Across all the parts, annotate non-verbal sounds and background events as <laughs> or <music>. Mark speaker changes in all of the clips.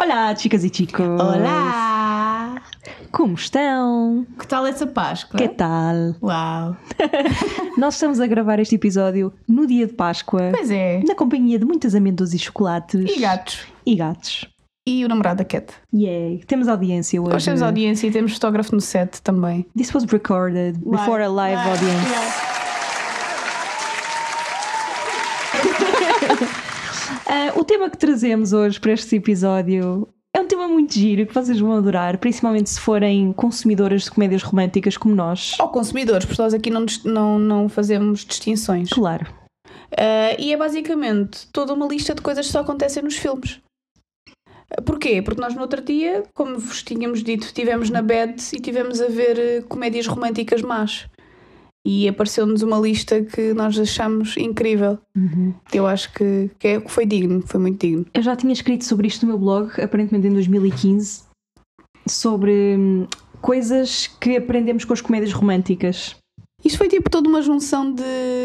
Speaker 1: Olá, chicas e chicos!
Speaker 2: Olá!
Speaker 1: Como estão?
Speaker 2: Que tal essa Páscoa?
Speaker 1: Que tal?
Speaker 2: Uau!
Speaker 1: Nós estamos a gravar este episódio no dia de Páscoa,
Speaker 2: Pois é.
Speaker 1: na companhia de muitas amêndoas e chocolates.
Speaker 2: E gatos.
Speaker 1: E gatos.
Speaker 2: E o namorado da Cat.
Speaker 1: Yay! Temos audiência hoje.
Speaker 2: Hoje temos audiência e temos fotógrafo no set também.
Speaker 1: This was recorded before a live audience. Ah, o tema que trazemos hoje para este episódio é um tema muito giro que vocês vão adorar, principalmente se forem consumidoras de comédias românticas como nós.
Speaker 2: Ou consumidores, porque nós aqui não, dis- não, não fazemos distinções.
Speaker 1: Claro.
Speaker 2: Ah, e é basicamente toda uma lista de coisas que só acontecem nos filmes. Porquê? Porque nós no outro dia, como vos tínhamos dito, estivemos na bed e estivemos a ver eh, comédias românticas más. E apareceu-nos uma lista que nós achamos incrível. Eu acho que, que é- que foi digno, foi muito digno.
Speaker 1: Eu já tinha escrito sobre isto no meu blog, aparentemente em 2015, sobre hum, coisas que aprendemos com as comédias românticas.
Speaker 2: Isto foi tipo toda uma junção de,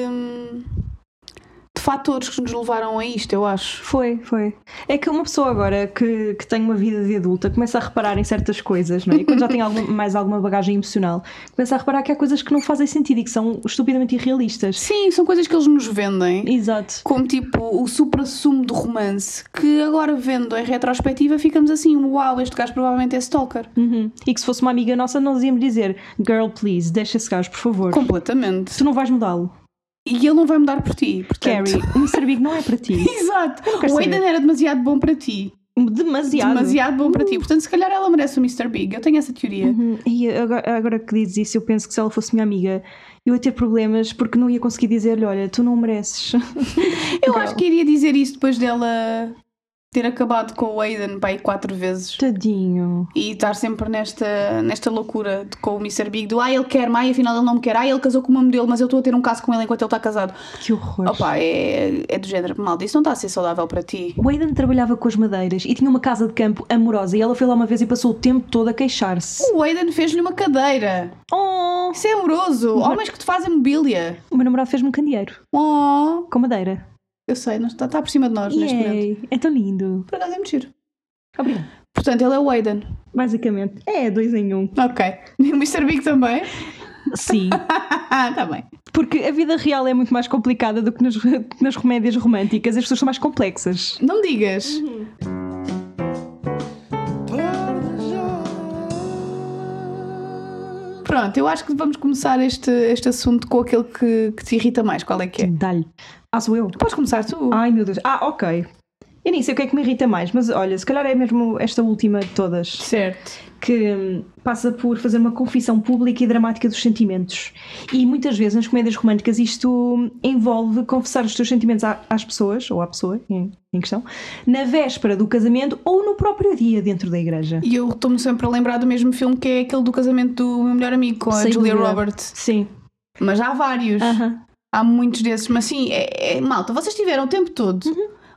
Speaker 2: hum, de fatores que nos levaram a isto, eu acho.
Speaker 1: Foi, foi. É que uma pessoa agora que, que tem uma vida de adulta começa a reparar em certas coisas, não é? E quando já tem algum- mais alguma bagagem emocional, começa a reparar que há coisas que não fazem sentido e que são estupidamente irrealistas.
Speaker 2: Sim, são coisas que eles nos vendem.
Speaker 1: Exato.
Speaker 2: Como tipo o supra-sumo do romance, que agora vendo em retrospectiva ficamos assim: uau, este gajo provavelmente é stalker.
Speaker 1: Uhum. E que se fosse uma amiga nossa, nós íamos dizer: Girl, please, deixa esse gajo, por favor.
Speaker 2: Completamente.
Speaker 1: Tu não vais mudá-lo.
Speaker 2: E ele não vai mudar por ti, portanto.
Speaker 1: Carrie, o Mr. Big não é para ti.
Speaker 2: <laughs> Exato.
Speaker 1: quero
Speaker 2: O Aiden
Speaker 1: saber.
Speaker 2: era demasiado bom para ti.
Speaker 1: Demasiado. Uh.
Speaker 2: Demasiado bom para ti. Portanto, se calhar ela merece o Mr. Big. Eu tenho essa teoria.
Speaker 1: Uhum. E agora, agora que dizes isso, eu penso que se ela fosse minha amiga, eu ia ter problemas porque não ia conseguir dizer-lhe: olha, tu não mereces.
Speaker 2: Eu
Speaker 1: Girl.
Speaker 2: acho que iria dizer isso depois dela ter acabado com o Aiden pai quatro
Speaker 1: <laughs>
Speaker 2: vezes
Speaker 1: Tadinho.
Speaker 2: e estar sempre nesta, nesta loucura de, com o Mr. Big do ah, ele quer-me, ah, afinal ele não me quer, ah, ele casou com uma modelo, mas eu estou a ter um caso com ele enquanto ele está casado.
Speaker 1: Que horror.
Speaker 2: Opa, é, é do género, malta, isso não está a ser saudável para ti.
Speaker 1: O Aidan trabalhava com as madeiras e tinha uma casa de campo amorosa e ela foi lá uma vez e passou o tempo todo a queixar-se.
Speaker 2: O Aiden fez-lhe uma cadeira.
Speaker 1: Oh!
Speaker 2: Isso é amoroso. Homens que te fazem mobília.
Speaker 1: O meu namorado fez-me um candeeiro
Speaker 2: Oh,
Speaker 1: com madeira.
Speaker 2: eu sei, não está, está por cima de nós neste momento.
Speaker 1: Yay. É tão lindo.
Speaker 2: Por acaso é mentira.
Speaker 1: Obrigada.
Speaker 2: Portanto, ele é o Aiden.
Speaker 1: Basicamente, é dois em um.
Speaker 2: Ok. <laughs> E o Mr. Big também. <laughs>
Speaker 1: <laughs> Sim.
Speaker 2: Ah, está bem.
Speaker 1: Porque a vida real é muito mais complicada do que nas, <laughs> nas comédias românticas. As pessoas são mais complexas.
Speaker 2: Não me digas. Pronto, eu acho que vamos começar este, este assunto com aquele que, que te irrita mais. Qual é que é?
Speaker 1: Dá-lhe. Ah, sou eu?
Speaker 2: Podes começar tu.
Speaker 1: Ai meu Deus. Ah, ok. Eu nem sei o que é que me irrita mais, mas olha, se calhar é mesmo esta última de todas,
Speaker 2: Certo.
Speaker 1: que hum, passa por fazer uma confissão pública e dramática dos sentimentos. E muitas vezes nas comédias românticas isto hum, envolve confessar os teus sentimentos à- às pessoas, ou à pessoa em, em questão, na véspera do casamento ou no próprio dia dentro da igreja.
Speaker 2: E eu estou-me sempre a lembrar do mesmo filme que é aquele do casamento do meu melhor amigo com a
Speaker 1: Sem
Speaker 2: Julia
Speaker 1: dúvida.
Speaker 2: Roberts.
Speaker 1: Sim.
Speaker 2: Mas há vários.
Speaker 1: Aham.
Speaker 2: Há muitos desses. Mas sim, é, é- malta, vocês tiveram o tempo todo.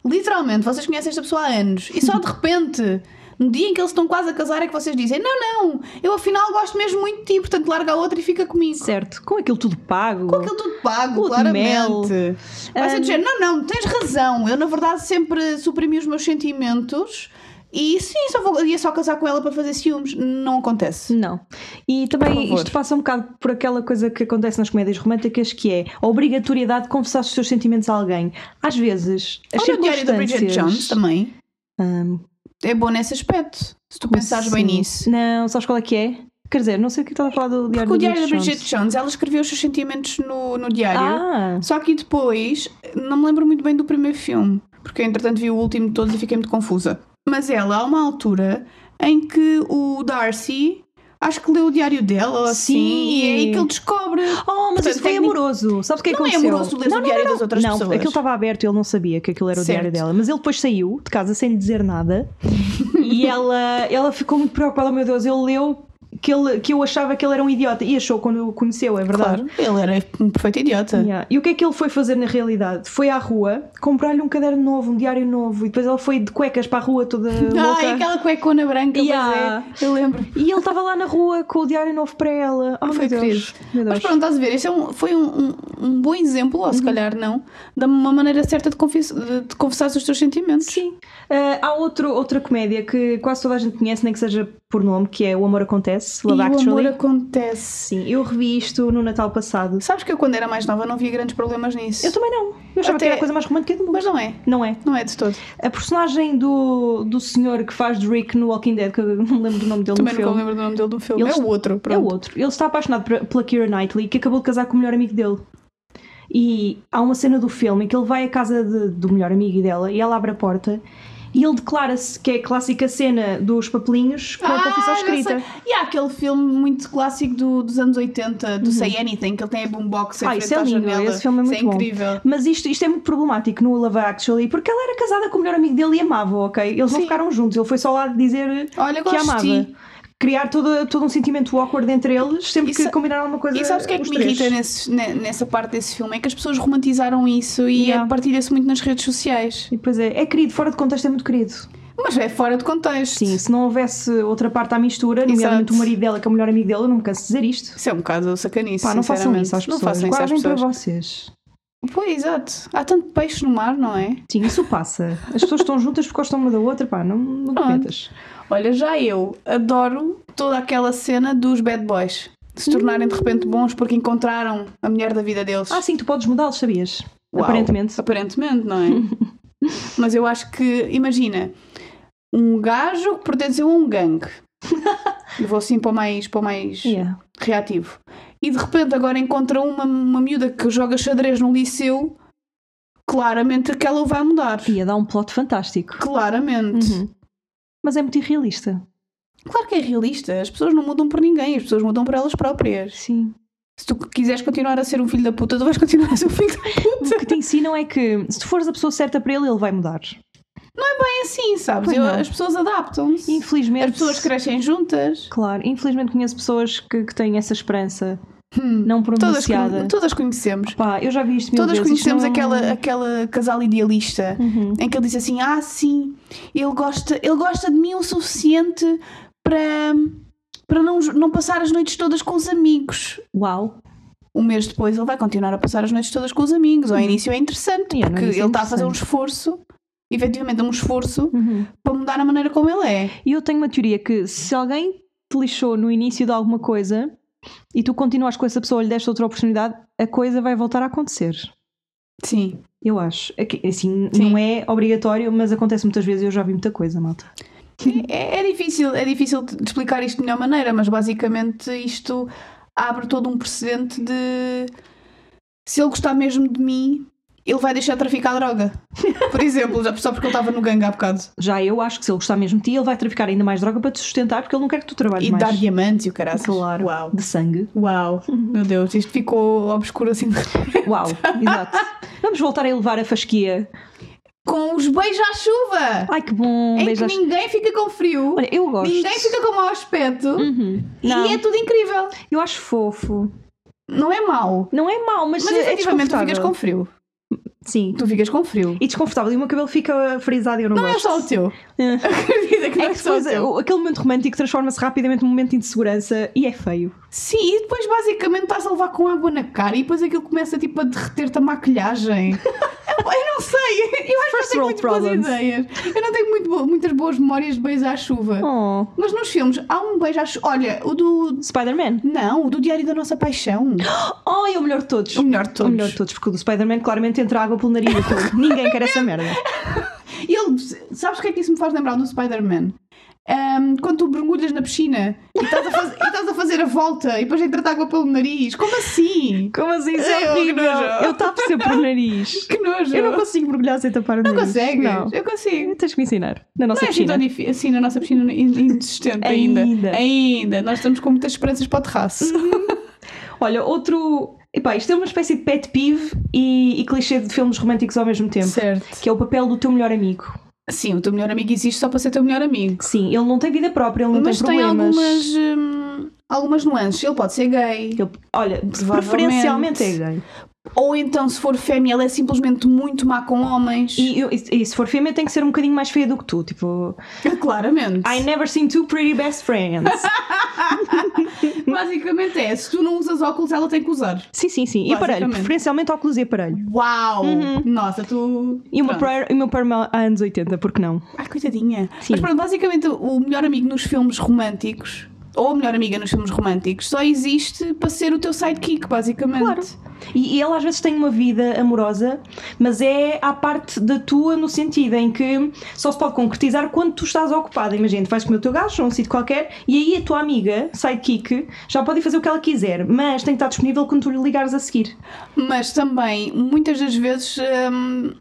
Speaker 2: Literalmente, vocês conhecem esta pessoa há anos. E só de repente, no dia em que eles estão quase a casar, é que vocês dizem: Não, não, eu afinal gosto mesmo muito de ti, portanto larga a outra e fica comigo.
Speaker 1: Certo. Com aquilo tudo pago.
Speaker 2: Com aquilo tudo
Speaker 1: O
Speaker 2: pago,
Speaker 1: de
Speaker 2: claramente. Vai ser
Speaker 1: Ahm.
Speaker 2: do género, não, não, tens razão. Eu, na verdade, sempre suprimi os meus sentimentos e sim, só vou, ia só casar com ela para fazer ciúmes. Não acontece.
Speaker 1: Não. E
Speaker 2: Por
Speaker 1: também
Speaker 2: favor.
Speaker 1: isto passa um bocado por aquela coisa que acontece nas comédias românticas, que é a obrigatoriedade de confessar os seus sentimentos a alguém. Às vezes, as
Speaker 2: Olha o diário da Bridget Jones
Speaker 1: circunstâncias...
Speaker 2: também.
Speaker 1: Ahm,
Speaker 2: É bom nesse aspecto, se tu
Speaker 1: como
Speaker 2: pensares
Speaker 1: assim?
Speaker 2: bem nisso.
Speaker 1: Não, sabes qual é que é? Quer dizer, não sei o que estava a falar do diário
Speaker 2: Porque o
Speaker 1: da
Speaker 2: diário da
Speaker 1: Bridget
Speaker 2: Bridget
Speaker 1: Jones.
Speaker 2: Jones, ela escreveu os seus sentimentos no, no diário.
Speaker 1: Ah,
Speaker 2: Só que depois, não me lembro muito bem do primeiro filme, porque eu, entretanto vi o último de todos e fiquei muito confusa. Mas ela, há uma altura em que o Darcy, acho que leu o diário dela, ou assim,
Speaker 1: Sim.
Speaker 2: e é aí que ele descobre.
Speaker 1: oh, mas
Speaker 2: Portanto,
Speaker 1: isso foi
Speaker 2: técnico-
Speaker 1: amoroso. Sabes o que é que
Speaker 2: Não é
Speaker 1: aconteceu?
Speaker 2: amoroso ler o diário das outras
Speaker 1: não,
Speaker 2: pessoas.
Speaker 1: aquilo estava aberto e ele não sabia que aquilo era o
Speaker 2: Certo.
Speaker 1: diário dela. Mas ele depois saiu de casa sem lhe dizer nada <laughs> e ela, ela ficou muito preocupada. Oh meu Deus, ele leu que, ele, que eu achava que ele era um idiota e achou quando o conheceu, é verdade.
Speaker 2: Claro, ele era um perfeito idiota.
Speaker 1: Yeah. E o que é que ele foi fazer na realidade? Foi à rua comprar-lhe um caderno novo, um diário novo e depois ela foi de cuecas para a rua toda é louca.
Speaker 2: <laughs> Ai, Ah, aquela cuecona branca,
Speaker 1: Yeah.
Speaker 2: pois é, eu lembro.
Speaker 1: E ele estava lá na rua com o diário novo para ela. Oh, meu
Speaker 2: Foi
Speaker 1: Deus.
Speaker 2: querido.
Speaker 1: Meu Deus. Uhum.
Speaker 2: Mas pronto, estás a ver, este é um, foi um, um- um bom exemplo, ou se calhar não, de uma maneira certa de, confess de, de confessar os teus sentimentos.
Speaker 1: Sim. Ah, há outro, outra comédia que quase toda a gente conhece, nem que seja por nome, que é O Amor Acontece,
Speaker 2: E
Speaker 1: Love
Speaker 2: o
Speaker 1: Actually.
Speaker 2: amor acontece.
Speaker 1: Sim, eu revi isto no Natal passado.
Speaker 2: Sabes que eu, quando era mais nova, não via grandes problemas nisso.
Speaker 1: Eu também não. Eu achava que
Speaker 2: Até-
Speaker 1: era a coisa mais romântica do mundo.
Speaker 2: Mas não é.
Speaker 1: Não é.
Speaker 2: Não é de todo.
Speaker 1: A personagem do, do senhor que faz de Rick no Walking Dead, que eu não me lembro do nome dele
Speaker 2: Também
Speaker 1: no
Speaker 2: nunca me
Speaker 1: filme.
Speaker 2: lembro do nome dele no filme.
Speaker 1: Eles-
Speaker 2: É o outro, pronto.
Speaker 1: É o outro. Ele está apaixonado por- pela Keira Knightley, que acabou de casar com o melhor amigo dele. E há uma cena do filme em que ele vai à casa de- do melhor amigo dela e ela abre a porta e ele declara-se, que é a clássica cena dos papelinhos com a confissão
Speaker 2: Ah, já
Speaker 1: escrita.
Speaker 2: sei. E há aquele filme muito clássico do- dos anos 80, do Say Anything, que ele tem a boombox em
Speaker 1: Uhum. Ah,
Speaker 2: frente
Speaker 1: isso é
Speaker 2: à
Speaker 1: lindo,
Speaker 2: janela.
Speaker 1: esse filme é muito
Speaker 2: isso
Speaker 1: bom.
Speaker 2: é incrível.
Speaker 1: Mas isto, isto é muito problemático no Love Actually, porque ela era casada com o melhor amigo dele e amava, ok? Eles não
Speaker 2: Sim.
Speaker 1: ficaram juntos, ele foi só lá dizer
Speaker 2: Olha,
Speaker 1: que
Speaker 2: gosto de
Speaker 1: amava.
Speaker 2: ti.
Speaker 1: Criar todo, todo um sentimento awkward entre eles, sempre
Speaker 2: E
Speaker 1: que
Speaker 2: sa-
Speaker 1: combinaram alguma coisa.
Speaker 2: E sabes o que é que
Speaker 1: os
Speaker 2: me
Speaker 1: três.
Speaker 2: irrita nesse- ne- nessa parte desse filme? É que as pessoas romantizaram isso e
Speaker 1: Yeah.
Speaker 2: é- partilha-se muito nas redes sociais.
Speaker 1: E depois é, é querido, fora de contexto é muito querido.
Speaker 2: Mas é fora de contexto.
Speaker 1: Sim, se não houvesse outra parte à mistura,
Speaker 2: Exato.
Speaker 1: nomeadamente o marido dela, que é o melhor amigo dela, eu não me canso de dizer isto.
Speaker 2: Isso é um bocado sacanice,
Speaker 1: Pá, não façam
Speaker 2: sinceramente.
Speaker 1: isso às pessoas.
Speaker 2: Não façam isso às
Speaker 1: Guardem
Speaker 2: pessoas.
Speaker 1: para vocês.
Speaker 2: Pois, exato. Há tanto peixe no mar, não é?
Speaker 1: Sim, isso passa. As pessoas estão juntas porque gostam uma da outra, pá, não, não
Speaker 2: Pronto.
Speaker 1: comentas.
Speaker 2: Olha, já eu adoro toda aquela cena dos bad boys. Se tornarem de repente bons porque encontraram a mulher da vida deles.
Speaker 1: Ah, sim, tu podes mudá-los, sabias?
Speaker 2: Uau.
Speaker 1: Aparentemente. <laughs>
Speaker 2: Aparentemente, não é? Mas eu acho que, imagina, um gajo que pertenceu a
Speaker 1: <laughs>
Speaker 2: um gangue. Eu vou assim para o mais, para o mais
Speaker 1: Yeah.
Speaker 2: reativo. E de repente agora encontra uma, uma miúda que joga xadrez num liceu. Claramente que ela o vai mudar.
Speaker 1: Ia dar um plot fantástico.
Speaker 2: Claramente.
Speaker 1: Uhum. Mas é muito irrealista.
Speaker 2: Claro que é realista. As pessoas não mudam por ninguém, as pessoas mudam por elas próprias.
Speaker 1: Sim.
Speaker 2: Se tu quiseres continuar a ser um filho da puta, tu vais continuar a ser um filho da puta.
Speaker 1: O que te ensinam é que se tu fores a pessoa certa para ele, ele vai mudar.
Speaker 2: É assim, sabes?
Speaker 1: Pois
Speaker 2: Eu-
Speaker 1: não.
Speaker 2: as pessoas adaptam-se.
Speaker 1: Infelizmente.
Speaker 2: As pessoas crescem juntas.
Speaker 1: Claro, infelizmente conheço pessoas que, que têm essa esperança não
Speaker 2: Hum, Todas,
Speaker 1: pronunciada.
Speaker 2: con- todas conhecemos.
Speaker 1: Pá, eu já vi isto mil
Speaker 2: Todas
Speaker 1: vezes, isto
Speaker 2: conhecemos
Speaker 1: não-
Speaker 2: aquela, aquela casal idealista
Speaker 1: Uhum.
Speaker 2: em que ele disse assim: Ah, sim, ele gosta, ele gosta de mim o suficiente para, para não, não passar as noites todas com os amigos.
Speaker 1: Uau.
Speaker 2: um mês depois ele vai continuar a passar as noites todas com os amigos. Ao início é interessante,
Speaker 1: Sim, ao
Speaker 2: porque
Speaker 1: início Uhum. é
Speaker 2: ele está a fazer um
Speaker 1: interessante.
Speaker 2: esforço, efetivamente um esforço, para mudar a maneira como ele é.
Speaker 1: E eu tenho uma teoria que se alguém te lixou no início de alguma coisa e tu continuas com essa pessoa ou lhe deste outra oportunidade, a coisa vai voltar a acontecer.
Speaker 2: Sim.
Speaker 1: Eu acho. É que, Assim,
Speaker 2: Sim.
Speaker 1: não é obrigatório, mas acontece muitas vezes e eu já vi muita coisa, malta.
Speaker 2: É, é difícil, é difícil de explicar isto de melhor maneira, mas basicamente isto abre todo um precedente de se ele gostar mesmo de mim, ele vai deixar de traficar droga. <laughs> Por exemplo, já- só porque ele estava no gangue há bocado.
Speaker 1: Já eu acho que se ele gostar mesmo de ti, ele vai traficar ainda mais droga para te sustentar porque ele não quer que tu trabalhes
Speaker 2: E
Speaker 1: mais.
Speaker 2: dar diamantes e o caralho.
Speaker 1: Claro.
Speaker 2: Uau.
Speaker 1: De sangue.
Speaker 2: Uau. <laughs> Meu Deus, isto ficou obscuro assim de <laughs>
Speaker 1: Uau, exato. Vamos voltar a elevar a fasquia.
Speaker 2: com os beijos à chuva,
Speaker 1: Ai que bom,
Speaker 2: em
Speaker 1: Um beijo às-
Speaker 2: É que ninguém fica com frio,
Speaker 1: Olha, eu gosto.
Speaker 2: ninguém fica com mau aspecto
Speaker 1: Uhum. Não,
Speaker 2: e é tudo incrível.
Speaker 1: eu acho fofo.
Speaker 2: Não é mau,
Speaker 1: Não é mau, mas,
Speaker 2: mas
Speaker 1: é
Speaker 2: efetivamente tu
Speaker 1: desconfortável.
Speaker 2: ficas com frio.
Speaker 1: Sim.
Speaker 2: Tu ficas com frio.
Speaker 1: E desconfortável. E o meu cabelo fica frisado e eu não,
Speaker 2: Não é
Speaker 1: gosto.
Speaker 2: só o teu.
Speaker 1: É.
Speaker 2: <laughs> Acredita que não
Speaker 1: É
Speaker 2: é
Speaker 1: que
Speaker 2: só o
Speaker 1: depois
Speaker 2: teu.
Speaker 1: o- aquele momento romântico transforma-se rapidamente num momento de insegurança e é feio.
Speaker 2: Sim, e depois basicamente estás a levar com água na cara e depois aquilo começa tipo a derreter-te a
Speaker 1: <laughs>
Speaker 2: maquilhagem. eu, eu não sei, <laughs> eu acho
Speaker 1: First
Speaker 2: que eu
Speaker 1: world
Speaker 2: não tenho muito boas
Speaker 1: problems.
Speaker 2: ideias. Eu não tenho muito bo- muitas boas memórias de beijo à chuva.
Speaker 1: Oh,
Speaker 2: Mas nos filmes há um beijo à chuva. Olha, o do.
Speaker 1: Spider-Man.
Speaker 2: Não, o do Diário da Nossa
Speaker 1: <gasps>
Speaker 2: Paixão.
Speaker 1: Oh, é o melhor de todos.
Speaker 2: O melhor de
Speaker 1: O
Speaker 2: todos.
Speaker 1: melhor de todos, porque o do Spider-Man claramente entra água pelo
Speaker 2: <laughs>
Speaker 1: nariz. aquilo. Ninguém quer essa merda.
Speaker 2: E ele, sabes o que é que isso me faz lembrar do Spider-Man? Ahm, quando tu mergulhas na piscina e estás, a faz- <laughs> e estás a fazer a volta e depois entra água pelo nariz. Como assim?
Speaker 1: Como assim? Isso
Speaker 2: Eu,
Speaker 1: é
Speaker 2: que
Speaker 1: horrível.
Speaker 2: nojo.
Speaker 1: Eu tapo sempre o nariz.
Speaker 2: Que nojo.
Speaker 1: Eu não consigo mergulhar sem tapar o
Speaker 2: Não
Speaker 1: nariz.
Speaker 2: consegues?
Speaker 1: Não.
Speaker 2: Eu consigo.
Speaker 1: Tens que me ensinar. Na nossa
Speaker 2: não é assim tão
Speaker 1: piscina.
Speaker 2: difícil. Assim, na nossa piscina in- insistente ainda.
Speaker 1: Ainda.
Speaker 2: Ainda. Nós estamos com muitas esperanças para o terraço. <laughs>
Speaker 1: Olha, outro. Epá, isto é uma espécie de pet peeve e, e clichê de filmes românticos ao mesmo tempo.
Speaker 2: Certo.
Speaker 1: Que é o papel do teu melhor amigo.
Speaker 2: Sim, o teu melhor amigo existe só para ser teu melhor amigo.
Speaker 1: Sim, ele não tem vida própria, ele não
Speaker 2: Mas
Speaker 1: tem
Speaker 2: tem
Speaker 1: problemas.
Speaker 2: algumas, hum, algumas nuances. Ele pode ser gay.
Speaker 1: Ele, olha,
Speaker 2: Provavelmente.
Speaker 1: preferencialmente é gay.
Speaker 2: Ou então, se for fêmea, ela é simplesmente muito má com homens.
Speaker 1: E, eu- e- e se for fêmea, tem que ser um bocadinho mais feia do que tu. Tipo,
Speaker 2: <laughs> Claramente. <laughs>
Speaker 1: I never seen two pretty best friends.
Speaker 2: Basicamente é, se tu não usas óculos, ela tem que usar.
Speaker 1: Sim, sim, sim. E aparelho,
Speaker 2: Basicamente.
Speaker 1: preferencialmente óculos e aparelho.
Speaker 2: Uau!
Speaker 1: Uhum.
Speaker 2: Nossa, tu.
Speaker 1: E uma
Speaker 2: Pronto.
Speaker 1: prayer- e uma Paramount há anos 80, porque não?
Speaker 2: Ai, coitadinha.
Speaker 1: Sim.
Speaker 2: Mas pronto, basicamente o melhor amigo nos filmes românticos, ou a melhor amiga nos filmes românticos, só existe para ser o teu sidekick, basicamente.
Speaker 1: Claro. E, e ela às vezes tem uma vida amorosa, mas é à parte da tua no sentido em que só se pode concretizar quando tu estás ocupada. Imagina, tu vais comer o teu gajo ou um sítio qualquer e aí a tua amiga, sidekick, já pode ir fazer o que ela quiser, mas tem que estar disponível quando tu lhe ligares a seguir.
Speaker 2: Mas também, muitas das vezes, hum,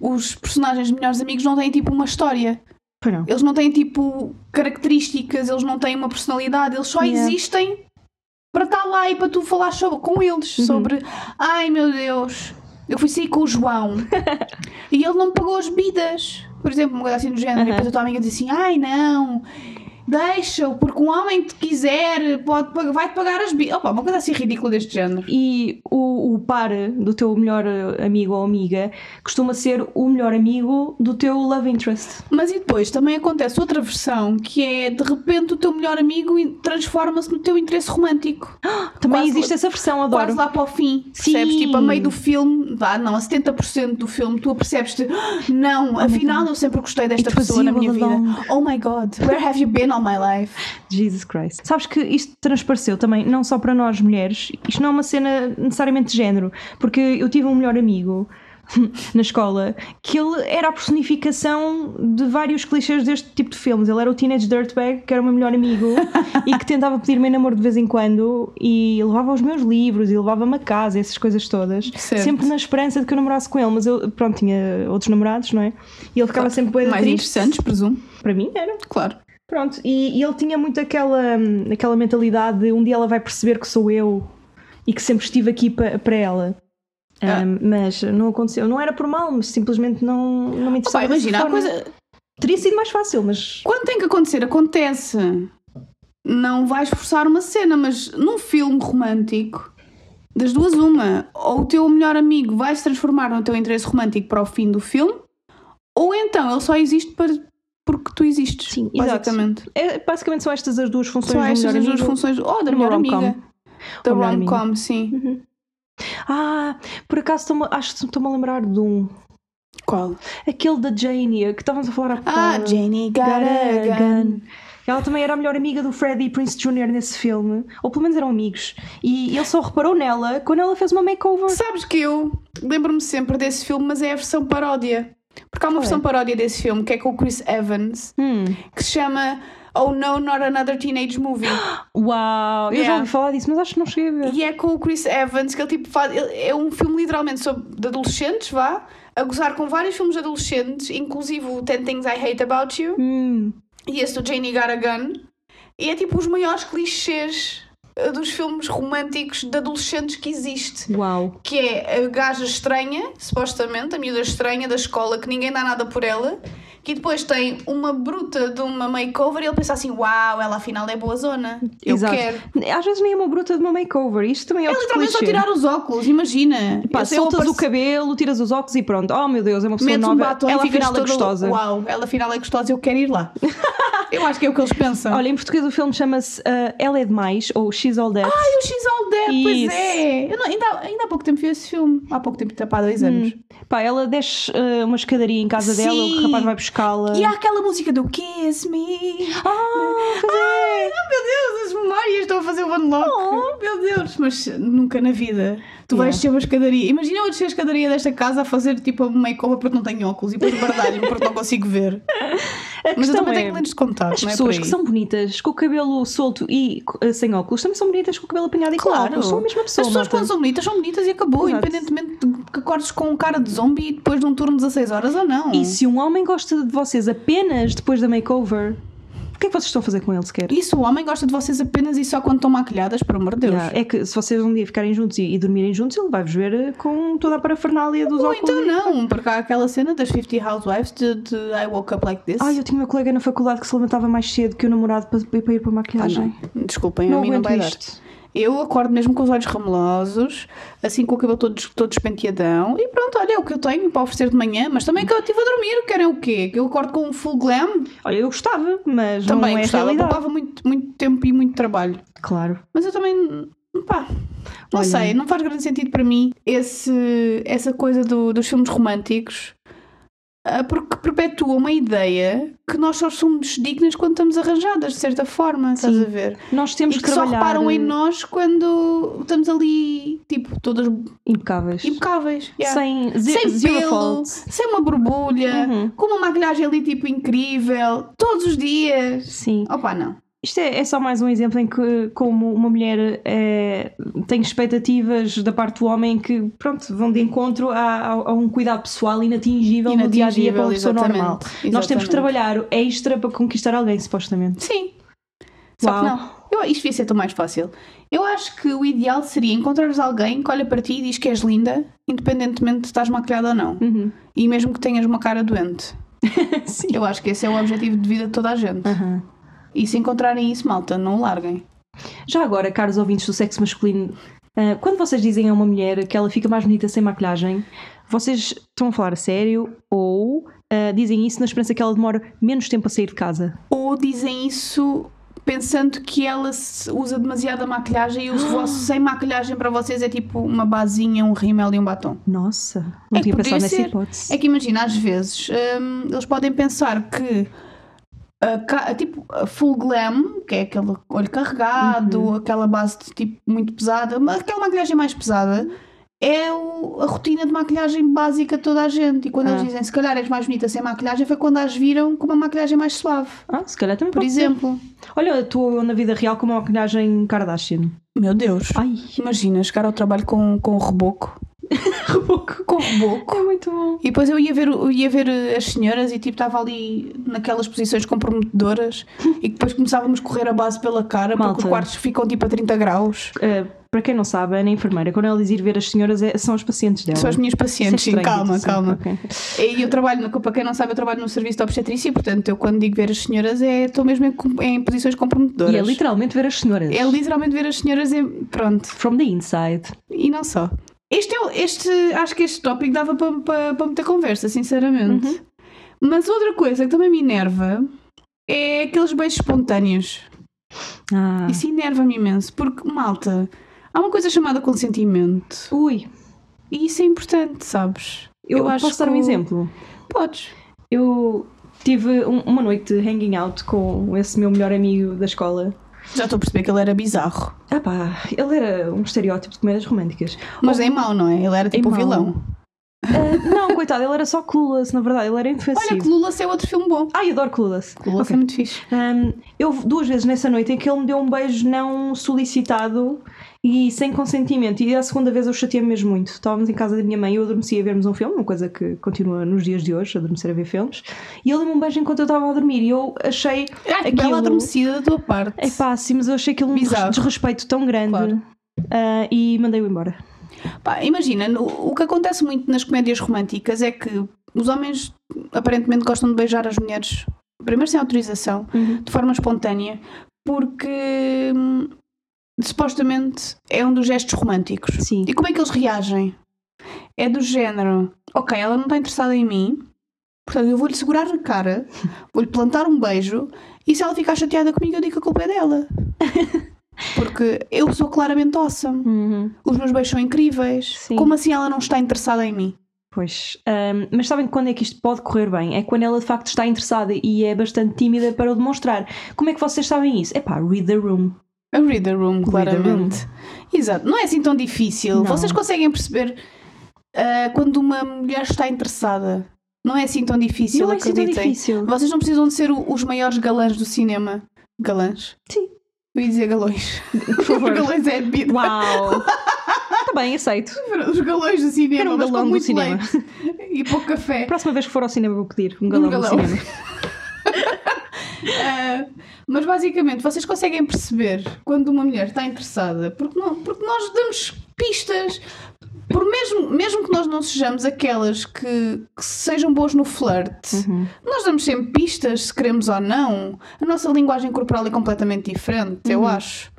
Speaker 2: os personagens de melhores amigos não têm tipo uma história.
Speaker 1: Pois não.
Speaker 2: Eles não têm tipo características, eles não têm uma personalidade, eles só
Speaker 1: Yeah.
Speaker 2: existem para estar lá e para tu falar sobre- com eles
Speaker 1: Uhum.
Speaker 2: sobre ai meu Deus, eu fui sair com o
Speaker 1: <laughs>
Speaker 2: João e ele não me pagou as bebidas, por exemplo, uma coisa assim do género,
Speaker 1: Aham.
Speaker 2: e depois a tua amiga diz assim, ai não. Deixa-o, porque um homem que quiser pode, pag- vai-te pagar as bebidas. Opa, uma coisa assim ridícula deste género.
Speaker 1: E o, o par do teu melhor amigo ou amiga costuma ser o melhor amigo do teu love interest.
Speaker 2: Mas e depois também acontece outra versão que é de repente o teu melhor amigo in- transforma-se no teu interesse romântico.
Speaker 1: Também
Speaker 2: Quase-
Speaker 1: existe essa versão, adoro.
Speaker 2: Quase lá para o fim.
Speaker 1: Sim.
Speaker 2: Percebes? Tipo, a meio do filme, vá, não, a 70% do filme, tu percebes-te, "Ah, não, afinal eu sempre gostei desta
Speaker 1: It was
Speaker 2: pessoa na
Speaker 1: you
Speaker 2: minha
Speaker 1: all
Speaker 2: vida.
Speaker 1: along."
Speaker 2: Oh my god, where have you been all my life?
Speaker 1: Jesus Christ. Sabes que isto transpareceu também, não só para nós mulheres, isto não é uma cena necessariamente de género, porque eu tive um melhor amigo <laughs> na escola que ele era a personificação de vários clichês deste tipo de filmes. Ele era o Teenage Dirtbag, que era o meu melhor
Speaker 2: <laughs>
Speaker 1: amigo e que tentava pedir-me em namoro de vez em quando e levava os meus livros e levava-me a casa, essas coisas todas.
Speaker 2: Certo.
Speaker 1: Sempre na esperança de que eu namorasse com ele, mas eu, pronto, tinha outros namorados, não é? E ele ficava sempre bué de
Speaker 2: Mais
Speaker 1: triste.
Speaker 2: interessantes, presumo.
Speaker 1: Para mim era.
Speaker 2: Claro.
Speaker 1: Pronto, e, e ele tinha muito aquela, hum, aquela mentalidade de um dia ela vai perceber que sou eu e que sempre estive aqui pa- para ela.
Speaker 2: Ah.
Speaker 1: Hum, mas não aconteceu. Não era por mal, mas simplesmente não, não me
Speaker 2: Opa,
Speaker 1: interessava. dessa
Speaker 2: imagina, a
Speaker 1: forma.
Speaker 2: coisa.
Speaker 1: Teria sido mais fácil, mas.
Speaker 2: Quando tem que acontecer, acontece. Não vais forçar uma cena, mas num filme romântico, das duas, uma, ou o teu melhor amigo vai se transformar no teu interesse romântico para o fim do filme, ou então ele só existe para, porque tu existes.
Speaker 1: Sim, exato.
Speaker 2: basicamente.
Speaker 1: É, basicamente são estas as duas funções
Speaker 2: Só
Speaker 1: do
Speaker 2: estas
Speaker 1: melhor
Speaker 2: as duas
Speaker 1: amigo.
Speaker 2: funções. Ou da
Speaker 1: Numa
Speaker 2: melhor
Speaker 1: rom-com.
Speaker 2: amiga. Da
Speaker 1: Ou melhor amiga.
Speaker 2: rom-com, sim.
Speaker 1: Ah, por acaso estou-me- acho que estou-me a lembrar de um.
Speaker 2: Qual?
Speaker 1: Aquele da Janie, que estávamos a falar há pouco.
Speaker 2: Ah, Jenny Garagan.
Speaker 1: Ela também era a melhor amiga do Freddie Prince Jr. nesse filme, ou pelo menos eram amigos. E ele só reparou nela quando ela fez uma makeover.
Speaker 2: Sabes que eu lembro-me sempre desse filme, mas é a versão paródia. Porque há uma
Speaker 1: Qual é?
Speaker 2: versão paródia desse filme, que é com o Chris Evans.
Speaker 1: Hum.
Speaker 2: que se chama Oh No, Not Another
Speaker 1: <gasps>
Speaker 2: Teenage Movie.
Speaker 1: Uau! Eu já
Speaker 2: Yeah.
Speaker 1: ouvi falar disso, mas acho que não cheguei a ver.
Speaker 2: e é com o Chris Evans, que ele tipo faz. ele- É um filme literalmente sobre de adolescentes, vá, a gozar com vários filmes de adolescentes, inclusive o 10 Things I Hate About You
Speaker 1: Hum.
Speaker 2: e esse do Janie Got a Gun. E é tipo os maiores clichês eh, dos filmes românticos de adolescentes que existe.
Speaker 1: Uau!
Speaker 2: que é a gaja estranha, supostamente, a miúda estranha da escola, que ninguém dá nada por ela, que depois tem uma bruta de uma makeover e ele pensa assim: uau, ela afinal é boa zona. Eu
Speaker 1: Exato.
Speaker 2: quero.
Speaker 1: Às vezes nem é uma bruta de uma makeover. Isto também é
Speaker 2: É
Speaker 1: outro
Speaker 2: literalmente só
Speaker 1: clichê.
Speaker 2: tirar os óculos, imagina. é
Speaker 1: Pá,
Speaker 2: Eu sei, eu
Speaker 1: soltas o
Speaker 2: apareço-
Speaker 1: cabelo, tiras os óculos e pronto. Oh meu Deus, é uma pessoa
Speaker 2: Metes um
Speaker 1: nova.
Speaker 2: batom
Speaker 1: ela
Speaker 2: e ficas
Speaker 1: afinal é
Speaker 2: toda,
Speaker 1: gostosa.
Speaker 2: Uau, ela afinal é gostosa, eu quero ir lá.
Speaker 1: <laughs>
Speaker 2: eu acho que é o que eles pensam.
Speaker 1: Olha, em português o filme chama-se ah, Ela é Demais ou She's All That.
Speaker 2: Ai, o She's All Dead, pois
Speaker 1: Isso.
Speaker 2: é. Eu não- ainda, ainda há pouco tempo vi esse filme. Há pouco tempo, tipo, há dois
Speaker 1: Hum.
Speaker 2: anos.
Speaker 1: Pá, ela desce ah, uma escadaria em casa dela,
Speaker 2: Sim.
Speaker 1: o rapaz vai buscá-la.
Speaker 2: E há aquela música do Kiss Me.
Speaker 1: Ah, pois é.
Speaker 2: Ai, oh meu Deus, as memórias estão a fazer o unlock. Oh meu Deus, mas nunca na vida. Tu vais
Speaker 1: Yeah.
Speaker 2: ser uma escadaria. Imagina eu descer a escadaria desta casa a fazer tipo uma makeover porque não tenho óculos e depois guardar-me porque não consigo ver.
Speaker 1: <laughs> A
Speaker 2: Mas eu
Speaker 1: questão
Speaker 2: também
Speaker 1: é,
Speaker 2: tenho lentes de contato,
Speaker 1: As
Speaker 2: não é
Speaker 1: pessoas
Speaker 2: por
Speaker 1: que
Speaker 2: aí.
Speaker 1: são bonitas com o cabelo solto e eh, sem óculos também são bonitas com o cabelo apanhado e com
Speaker 2: Claro.
Speaker 1: óculos. São a mesma pessoa.
Speaker 2: As pessoas
Speaker 1: malta.
Speaker 2: quando são bonitas são bonitas e acabou,
Speaker 1: Exato.
Speaker 2: independentemente de que acordes com um cara de zombie depois de um turno de 16 horas ou não.
Speaker 1: E se um homem gosta de vocês apenas depois da makeover, o que é que vocês estão a fazer com ele sequer?
Speaker 2: Isso, o homem gosta de vocês apenas e só quando estão maquilhadas, por amor de Deus.
Speaker 1: Yeah, é que se vocês um dia ficarem juntos e, e dormirem juntos, ele vai-vos ver eh, com toda a parafernália dos
Speaker 2: Ou
Speaker 1: óculos.
Speaker 2: então não, porque há aquela cena das 50 Housewives de, de I Woke Up Like This.
Speaker 1: Ai, eu tinha uma colega na faculdade que se levantava mais cedo que o namorado para, para ir para a
Speaker 2: Ah,
Speaker 1: maquilhagem.
Speaker 2: não. Desculpem,
Speaker 1: não
Speaker 2: a mim não
Speaker 1: aguento
Speaker 2: vai
Speaker 1: isto.
Speaker 2: dar. Eu acordo mesmo com os olhos ramelosos, assim com o cabelo todo, des- todo despenteadão, e pronto, olha, é o que eu tenho para oferecer de manhã, mas também é que eu estive a dormir, querem o quê? Que eu acordo com um full glam?
Speaker 1: Olha, eu gostava, mas
Speaker 2: Também
Speaker 1: não é
Speaker 2: gostava,
Speaker 1: a realidade.
Speaker 2: poupava muito, muito tempo e muito trabalho.
Speaker 1: Claro.
Speaker 2: Mas eu também, pá, não
Speaker 1: Olha.
Speaker 2: sei, não faz grande sentido para mim esse, essa coisa do- dos filmes românticos, ah, porque perpetua uma ideia que nós só somos dignas quando estamos arranjadas, de certa forma, estás
Speaker 1: Sim.
Speaker 2: a ver?
Speaker 1: Nós temos
Speaker 2: e
Speaker 1: que
Speaker 2: que só
Speaker 1: trabalhar
Speaker 2: reparam em
Speaker 1: eh,
Speaker 2: nós quando estamos ali, tipo, todas
Speaker 1: eh, impecáveis.
Speaker 2: impecáveis. yeah.
Speaker 1: Sem, ze-
Speaker 2: Sem
Speaker 1: zero
Speaker 2: pelo,
Speaker 1: fault.
Speaker 2: sem uma borbulha,
Speaker 1: Uhum.
Speaker 2: com uma maquilhagem ali, tipo, incrível, todos os dias.
Speaker 1: Sim.
Speaker 2: Opa, não.
Speaker 1: Isto é, é só mais um exemplo em que, como uma mulher eh, tem expectativas da parte do homem que, pronto, vão de encontro a, a- a um cuidado pessoal inatingível, no dia a dia para uma pessoa
Speaker 2: Inatingível,
Speaker 1: normal.
Speaker 2: exatamente,
Speaker 1: Nós temos que
Speaker 2: exatamente.
Speaker 1: trabalhar extra para conquistar alguém, supostamente.
Speaker 2: Sim. Só
Speaker 1: Uau.
Speaker 2: que não. Eu, isto devia ser tão mais fácil. Eu acho que o ideal seria encontrares alguém que olha para ti e diz que és linda, independentemente de estás maquilhada ou não.
Speaker 1: Uhum.
Speaker 2: E mesmo que tenhas uma cara doente.
Speaker 1: <laughs> Sim.
Speaker 2: Eu acho que esse é o objetivo de vida de toda a gente.
Speaker 1: Aham.
Speaker 2: E se encontrarem isso, malta, não o larguem.
Speaker 1: Já agora, caros ouvintes do sexo masculino, ah, quando vocês dizem a uma mulher que ela fica mais bonita sem maquilhagem, vocês estão a falar a sério ou ah, dizem isso na esperança que ela demora menos tempo a sair de casa?
Speaker 2: Ou dizem isso pensando que ela se usa demasiada maquilhagem e o vosso sem maquilhagem para vocês é tipo uma basinha, um rímel e um batom.
Speaker 1: Nossa, não
Speaker 2: É que
Speaker 1: tinha
Speaker 2: podia
Speaker 1: pensado nessa
Speaker 2: ser.
Speaker 1: hipótese.
Speaker 2: É que imagina, às vezes hum, eles podem pensar que a ca- tipo a full glam, que é aquele olho carregado, aquela base de tipo muito pesada, mas aquela maquilhagem mais pesada é o- a rotina de maquilhagem básica de toda a gente. E quando
Speaker 1: Ah.
Speaker 2: eles dizem se calhar és mais bonita sem maquilhagem, foi quando as viram com uma maquilhagem mais suave,
Speaker 1: Ah, se calhar também
Speaker 2: por
Speaker 1: pode ser.
Speaker 2: exemplo.
Speaker 1: Olha, eu estou na vida real com uma maquilhagem Kardashian.
Speaker 2: Meu Deus.
Speaker 1: <laughs> Ai,
Speaker 2: Imagina chegar ao trabalho com, com reboco.
Speaker 1: reboco.
Speaker 2: Com reboco.
Speaker 1: É muito bom.
Speaker 2: E depois eu ia ver, eu ia ver eh, as senhoras e tipo estava ali naquelas posições comprometedoras e depois começávamos a correr a base pela cara
Speaker 1: Malta.
Speaker 2: porque os quartos ficam tipo a 30 graus.
Speaker 1: Ah, para quem não sabe, a Ana é enfermeira, quando ela diz ir ver as senhoras, é- são as pacientes dela.
Speaker 2: São as minhas pacientes,
Speaker 1: Isso é
Speaker 2: sim,
Speaker 1: estranho,
Speaker 2: calma,
Speaker 1: sim,
Speaker 2: calma.
Speaker 1: ok.
Speaker 2: E eu trabalho, no- para quem não sabe, eu trabalho no serviço de obstetrícia e portanto eu quando digo ver as senhoras é estou mesmo em, com- em posições comprometedoras.
Speaker 1: E é literalmente ver as senhoras.
Speaker 2: É literalmente ver as senhoras em. Pronto.
Speaker 1: From the inside.
Speaker 2: E não só. Este, é o- este acho que este tópico dava para, para, para muita conversa, sinceramente.
Speaker 1: Uhum.
Speaker 2: Mas outra coisa que também me enerva é aqueles beijos espontâneos.
Speaker 1: Ah.
Speaker 2: Isso enerva-me imenso, porque, malta, há uma coisa chamada consentimento.
Speaker 1: Ui,
Speaker 2: E isso é importante, sabes?
Speaker 1: Eu,
Speaker 2: Eu acho
Speaker 1: posso dar um
Speaker 2: que o-
Speaker 1: exemplo.
Speaker 2: Podes.
Speaker 1: Eu tive um- uma noite de hanging out com esse meu melhor amigo da escola.
Speaker 2: Já estou a perceber que ele era bizarro.
Speaker 1: Ah pá, ele era um estereótipo de comédias românticas.
Speaker 2: Mas é mau, não é? Ele era tipo o
Speaker 1: Oh. mau.
Speaker 2: vilão.
Speaker 1: Ah, não, <laughs> coitado, ele era só clueless, na verdade, ele era
Speaker 2: Olha,
Speaker 1: indefensivo.
Speaker 2: Clulas é outro filme bom.
Speaker 1: Ai, adoro clueless.
Speaker 2: Clulas
Speaker 1: Ok.
Speaker 2: é muito fixe.
Speaker 1: Ahm, eu duas vezes nessa noite em que ele me deu um beijo não solicitado e sem consentimento. E a segunda vez eu chateei-me mesmo muito. Estávamos em casa da minha mãe e eu adormeci a vermos um filme, uma coisa que continua nos dias de hoje, adormecer a ver filmes. E ele deu-me um beijo enquanto eu estava a dormir e eu achei
Speaker 2: Ai, que bela adormecida da tua parte.
Speaker 1: É pá, sim, mas eu achei aquilo um
Speaker 2: Bizarro.
Speaker 1: desrespeito tão grande
Speaker 2: Claro.
Speaker 1: ah, e mandei-o embora.
Speaker 2: Pá, imagina, no- o que acontece muito nas comédias românticas é que os homens aparentemente gostam de beijar as mulheres, primeiro sem autorização,
Speaker 1: Uhum.
Speaker 2: de forma espontânea, porque hum, supostamente é um dos gestos românticos.
Speaker 1: Sim.
Speaker 2: E como é que eles reagem? É do género, ok, ela não está interessada em mim, portanto eu vou-lhe segurar a cara, vou-lhe plantar um beijo e se ela ficar chateada comigo eu digo que a culpa é dela. Porque eu sou claramente awesome
Speaker 1: Uhum.
Speaker 2: os meus beijos são incríveis.
Speaker 1: Sim.
Speaker 2: Como assim ela não está interessada em mim?
Speaker 1: Pois. ahm, mas sabem quando é que isto pode correr bem? É quando ela de facto está interessada e é bastante tímida para o demonstrar. Como é que vocês sabem isso? É pá, read the room.
Speaker 2: A read the room, claramente. Exato, não é assim tão difícil.
Speaker 1: Não.
Speaker 2: Vocês conseguem perceber ah, quando uma mulher está interessada. Não é assim tão difícil,
Speaker 1: não é assim tão
Speaker 2: acreditem.
Speaker 1: difícil.
Speaker 2: Vocês não precisam de ser o- os maiores galãs do cinema. Galãs?
Speaker 1: Sim.
Speaker 2: Eu ia dizer galões.
Speaker 1: Por favor.
Speaker 2: <laughs>
Speaker 1: <laughs>
Speaker 2: galões é bebida.
Speaker 1: Uau! Está Tá bem, aceito.
Speaker 2: Os galões do cinema.
Speaker 1: Quero um
Speaker 2: mas com
Speaker 1: galão do
Speaker 2: muito
Speaker 1: cinema.
Speaker 2: leite E pouco café.
Speaker 1: A próxima vez que for ao cinema vou pedir um galão,
Speaker 2: Um galão.
Speaker 1: do cinema.
Speaker 2: Ah, mas basicamente vocês conseguem perceber quando uma mulher está interessada, porque, não- porque nós damos pistas, por mesmo, mesmo que nós não sejamos aquelas que, que sejam boas no flerte,
Speaker 1: Uhum.
Speaker 2: nós damos sempre pistas se queremos ou não. A nossa linguagem corporal é completamente diferente, eu acho.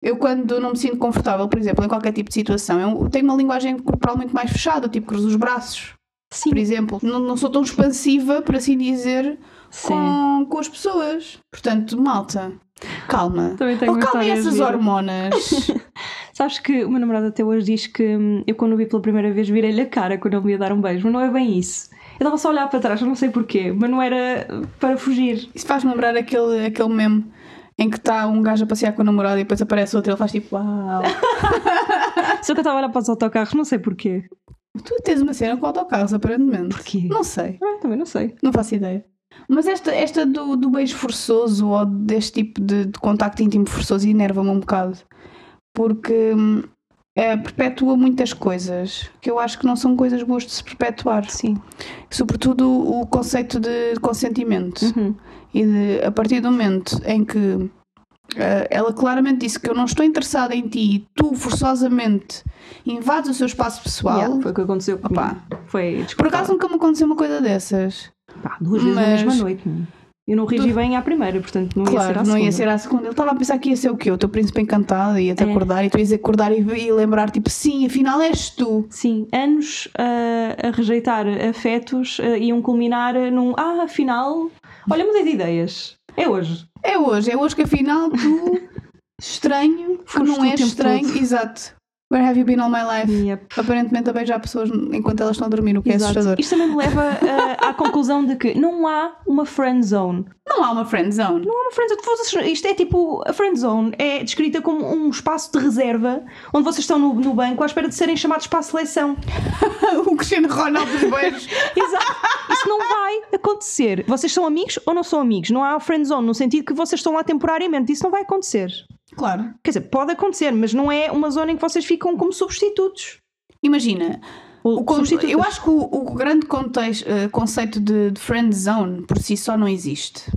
Speaker 2: Eu, quando não me sinto confortável, por exemplo, em qualquer tipo de situação, eu tenho uma linguagem corporal muito mais fechada, tipo cruzo os braços,
Speaker 1: Sim.
Speaker 2: por exemplo. Não, não sou tão expansiva, por assim dizer, com, com as pessoas. Portanto, malta, calma.
Speaker 1: Também tenho
Speaker 2: Oh,
Speaker 1: uma
Speaker 2: calmem
Speaker 1: história
Speaker 2: essas
Speaker 1: gira. <laughs>
Speaker 2: hormonas.
Speaker 1: Sabes que o meu namorado até hoje diz que hum, eu, quando o vi pela primeira vez, virei-lhe a cara quando ele me ia dar um beijo, mas não é bem isso. Eu estava só a olhar para trás, eu não sei porquê, mas não era para fugir.
Speaker 2: Isso faz-me lembrar aquele, aquele meme em que está um gajo a passear com a namorada e depois aparece outro e ele faz tipo,
Speaker 1: <laughs>
Speaker 2: uau.
Speaker 1: Só que eu estava a olhar para os autocarros, não sei porquê.
Speaker 2: Tu tens uma cena com autocarros, aparentemente.
Speaker 1: Porquê?
Speaker 2: Não sei,
Speaker 1: Ah, também não sei.
Speaker 2: não faço ideia. Mas esta, esta do, do beijo forçoso ou deste tipo de, de contacto íntimo forçoso enerva-me um bocado. Porque hum, eh, perpetua muitas coisas que eu acho que não são coisas boas de se perpetuar.
Speaker 1: Sim.
Speaker 2: Sobretudo o conceito de consentimento.
Speaker 1: Uhum.
Speaker 2: E de, a partir do momento em que eh, ela claramente disse que eu não estou interessada em ti e tu forçosamente invades o seu espaço pessoal.
Speaker 1: Yeah, foi o que aconteceu comigo.
Speaker 2: Opa.
Speaker 1: Foi
Speaker 2: Por acaso nunca me aconteceu uma coisa dessas.
Speaker 1: Pá, duas vezes na
Speaker 2: Mas-
Speaker 1: mesma noite. não é? Eu não reagi bem à primeira, portanto não ia ser
Speaker 2: claro,
Speaker 1: à
Speaker 2: não
Speaker 1: segunda.
Speaker 2: ia ser à segunda. Ele estava a pensar que ia ser o quê? O teu príncipe encantado, ia-te
Speaker 1: É.
Speaker 2: acordar e tu ias acordar e, e lembrar, tipo, sim, afinal és tu.
Speaker 1: Sim, anos ah, a rejeitar afetos ah, iam culminar num ah, afinal, olha, mudei de ideias. É hoje.
Speaker 2: É hoje, é hoje que afinal
Speaker 1: <laughs>
Speaker 2: tu, estranho, que
Speaker 1: Foste
Speaker 2: não
Speaker 1: o
Speaker 2: és
Speaker 1: tempo
Speaker 2: estranho.
Speaker 1: todo.
Speaker 2: Exato. Where have you been all my life?
Speaker 1: Yep.
Speaker 2: Aparentemente a beijar pessoas enquanto elas estão a dormir, o que é
Speaker 1: Exato.
Speaker 2: assustador.
Speaker 1: Isto também me leva ah, à conclusão de que não há uma friend zone.
Speaker 2: Não há uma friend zone.
Speaker 1: Não há uma friend zone. Vocês- Isto é tipo. A friend zone é descrita como um espaço de reserva onde vocês estão no, no banco à espera de serem chamados para a seleção.
Speaker 2: <laughs> o Cristiano Ronaldo dos beijos.
Speaker 1: Exato. Isso não vai acontecer. Vocês são amigos ou não são amigos? Não há friend zone no sentido que vocês estão lá temporariamente. Isso não vai acontecer.
Speaker 2: <laughs> claro.
Speaker 1: Quer dizer, pode acontecer, mas não é uma zona em que vocês ficam como substitutos.
Speaker 2: Imagina,
Speaker 1: Ou
Speaker 2: o con-
Speaker 1: substitutas.
Speaker 2: eu acho que o, o grande contexto, eh, conceito de, de friend zone por si só não existe.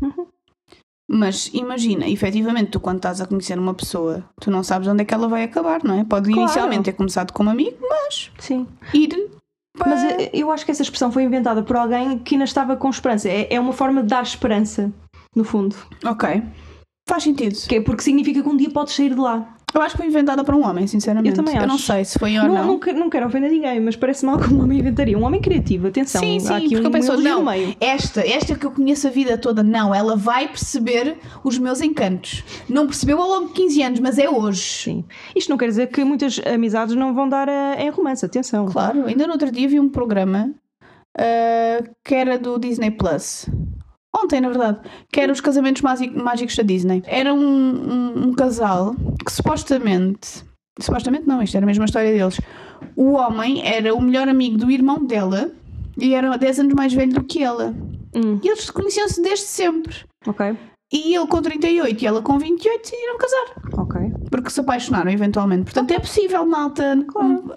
Speaker 2: Mas imagina, efetivamente, tu quando estás a conhecer uma pessoa, tu não sabes onde é que ela vai acabar, não é? Pode
Speaker 1: Claro.
Speaker 2: inicialmente ter começado como amigo, mas
Speaker 1: Sim.
Speaker 2: ir para.
Speaker 1: Mas eu, eu acho que essa expressão foi inventada por alguém que ainda estava com esperança. É, é uma forma de dar esperança, no fundo.
Speaker 2: Ok. Faz sentido.
Speaker 1: Que é porque significa que um dia podes sair de lá.
Speaker 2: Eu acho que foi inventada para um homem, sinceramente.
Speaker 1: Eu também
Speaker 2: Eu não
Speaker 1: acho.
Speaker 2: sei se foi ou
Speaker 1: Não,
Speaker 2: não.
Speaker 1: não. que- não quero ofender ninguém, mas parece mal que um homem inventaria. Um homem criativo, atenção.
Speaker 2: Sim, sim,
Speaker 1: há aqui
Speaker 2: porque
Speaker 1: um
Speaker 2: eu penso,
Speaker 1: elogio
Speaker 2: não,
Speaker 1: no meio.
Speaker 2: esta, esta que eu conheço a vida toda, não, ela vai perceber os meus encantos. Não percebeu ao longo de 15 anos, mas é hoje.
Speaker 1: Sim. Isto não quer dizer que muitas amizades não vão dar a- em romance, atenção.
Speaker 2: Claro, ainda no outro dia vi um programa ah, que era do Disney Plus. Ontem, na verdade, que era os casamentos Mási- mágicos da Disney. Era um, um- um casal que supostamente. Supostamente não, isto era a mesma história deles. O homem era o melhor amigo do irmão dela e era 10 anos mais velho do que ela.
Speaker 1: Hum,
Speaker 2: E eles conheciam-se desde sempre.
Speaker 1: ok,
Speaker 2: E ele com 38 e ela com 28 decidiram casar.
Speaker 1: ok.
Speaker 2: Porque se apaixonaram eventualmente. Portanto, é possível, malta. Claro.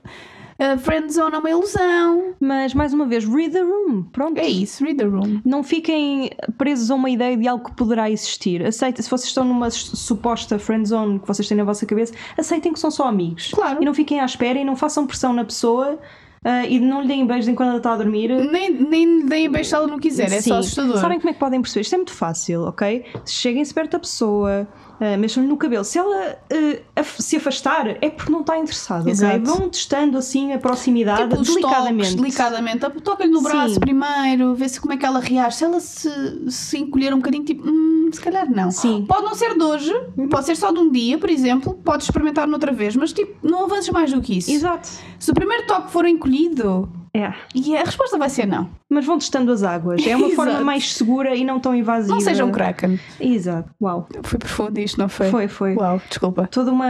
Speaker 2: A friendzone é uma ilusão.
Speaker 1: Mas mais uma vez, read the room. Pronto.
Speaker 2: É isso, read the room.
Speaker 1: Não fiquem presos a uma ideia de algo que poderá existir. Aceitem, se vocês estão numa s- suposta friend zone que vocês têm na vossa cabeça, aceitem que são só amigos.
Speaker 2: Claro.
Speaker 1: E não fiquem à espera e não façam pressão na pessoa ah, e não lhe deem beijos enquanto ela está a dormir.
Speaker 2: Nem, nem lhe deem beijo se ela não quiser, é só
Speaker 1: Sim.
Speaker 2: assustador.
Speaker 1: Sabem como é que podem perceber? Isto é muito fácil, ok? Cheguem-se perto da pessoa, ah, mexam-lhe no cabelo. Se ela ah, af- se afastar, é porque não está interessada, ok?
Speaker 2: Exato.
Speaker 1: Vão testando assim a proximidade
Speaker 2: Tipo, os
Speaker 1: delicadamente.
Speaker 2: toques, delicadamente. Tipo, Toca-lhe no
Speaker 1: Sim.
Speaker 2: braço primeiro, vê se como é que ela reage. Se ela se, se encolher um bocadinho, tipo, hum, se calhar não.
Speaker 1: Sim. Uhum.
Speaker 2: Pode não ser de hoje, pode ser só de um dia, por exemplo, pode experimentar noutra vez, mas tipo, não avances mais do que isso.
Speaker 1: Exato.
Speaker 2: Se o primeiro toque for encolhido,
Speaker 1: É.
Speaker 2: E a resposta vai ser não.
Speaker 1: Mas vão testando as águas.
Speaker 2: <laughs>
Speaker 1: É uma
Speaker 2: Exato.
Speaker 1: forma mais segura e não tão invasiva.
Speaker 2: Não sejam kraken.
Speaker 1: Exato. Uau.
Speaker 2: Foi profundo isto, não foi?
Speaker 1: Foi, foi.
Speaker 2: Uau, desculpa.
Speaker 1: Toda uma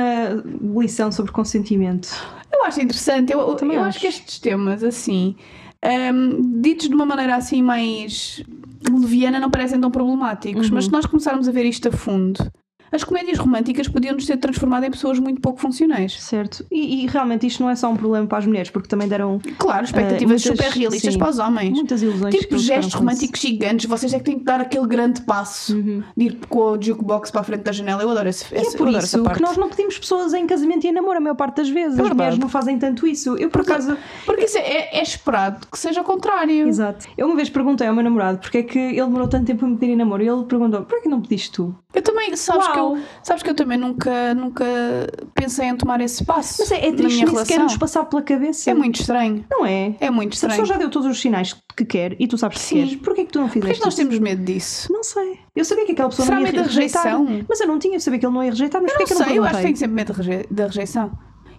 Speaker 1: lição sobre consentimento.
Speaker 2: Eu acho interessante. Eu, eu
Speaker 1: Também
Speaker 2: acho.
Speaker 1: acho.
Speaker 2: que estes temas, assim, hum, ditos de uma maneira assim mais leviana, não parecem tão problemáticos.
Speaker 1: Uhum.
Speaker 2: Mas se nós começarmos a ver isto a fundo, as comédias românticas podiam nos ter transformado em pessoas muito pouco funcionais.
Speaker 1: Certo. E, e realmente isto não é só um problema para as mulheres, porque também deram
Speaker 2: Claro, expectativas
Speaker 1: Eh, muitas-
Speaker 2: super realistas
Speaker 1: sim.
Speaker 2: para os homens.
Speaker 1: muitas ilusões. que
Speaker 2: Tipo
Speaker 1: eles
Speaker 2: gestos
Speaker 1: ficaram com isso.
Speaker 2: românticos gigantes, vocês é que têm que dar aquele grande passo
Speaker 1: Uhum.
Speaker 2: de ir com o jukebox para a frente da janela. Eu adoro esse,
Speaker 1: E
Speaker 2: esse-
Speaker 1: é
Speaker 2: eu
Speaker 1: por
Speaker 2: adoro essa
Speaker 1: isso que
Speaker 2: parte.
Speaker 1: nós não pedimos pessoas em casamento e em namoro a maior parte das vezes. As
Speaker 2: verdade.
Speaker 1: mulheres não fazem tanto isso. Eu, por
Speaker 2: Porque-
Speaker 1: acaso,
Speaker 2: Porque isso é, é esperado que seja o contrário.
Speaker 1: Exato. Eu uma vez perguntei ao meu namorado porque é que ele demorou tanto tempo a me pedir em namoro e ele perguntou: porquê que não pediste tu?
Speaker 2: Eu também, sabes que eu, sabes que eu também nunca, nunca pensei em tomar esse passo.
Speaker 1: Mas é, é
Speaker 2: na
Speaker 1: triste
Speaker 2: minha
Speaker 1: nem sequer nos
Speaker 2: relação.
Speaker 1: passar pela cabeça.
Speaker 2: É muito estranho.
Speaker 1: Não é?
Speaker 2: É muito
Speaker 1: Se a pessoa
Speaker 2: estranho.
Speaker 1: já deu todos os sinais que quer e tu sabes que
Speaker 2: Sim.
Speaker 1: queres, porquê é que tu não
Speaker 2: Porquê é
Speaker 1: fizeste
Speaker 2: que nós
Speaker 1: isso?
Speaker 2: temos medo disso?
Speaker 1: Não sei. Eu sabia que aquela pessoa
Speaker 2: Será
Speaker 1: não ia
Speaker 2: medo da
Speaker 1: rejeitar.
Speaker 2: rejeição?
Speaker 1: Mas eu não tinha, eu sabia que ele não ia rejeitar, mas
Speaker 2: Não
Speaker 1: porquê é que
Speaker 2: sei,
Speaker 1: eu
Speaker 2: eu
Speaker 1: não
Speaker 2: acho que tenho
Speaker 1: perguntei?
Speaker 2: sempre medo de reje- da rejeição.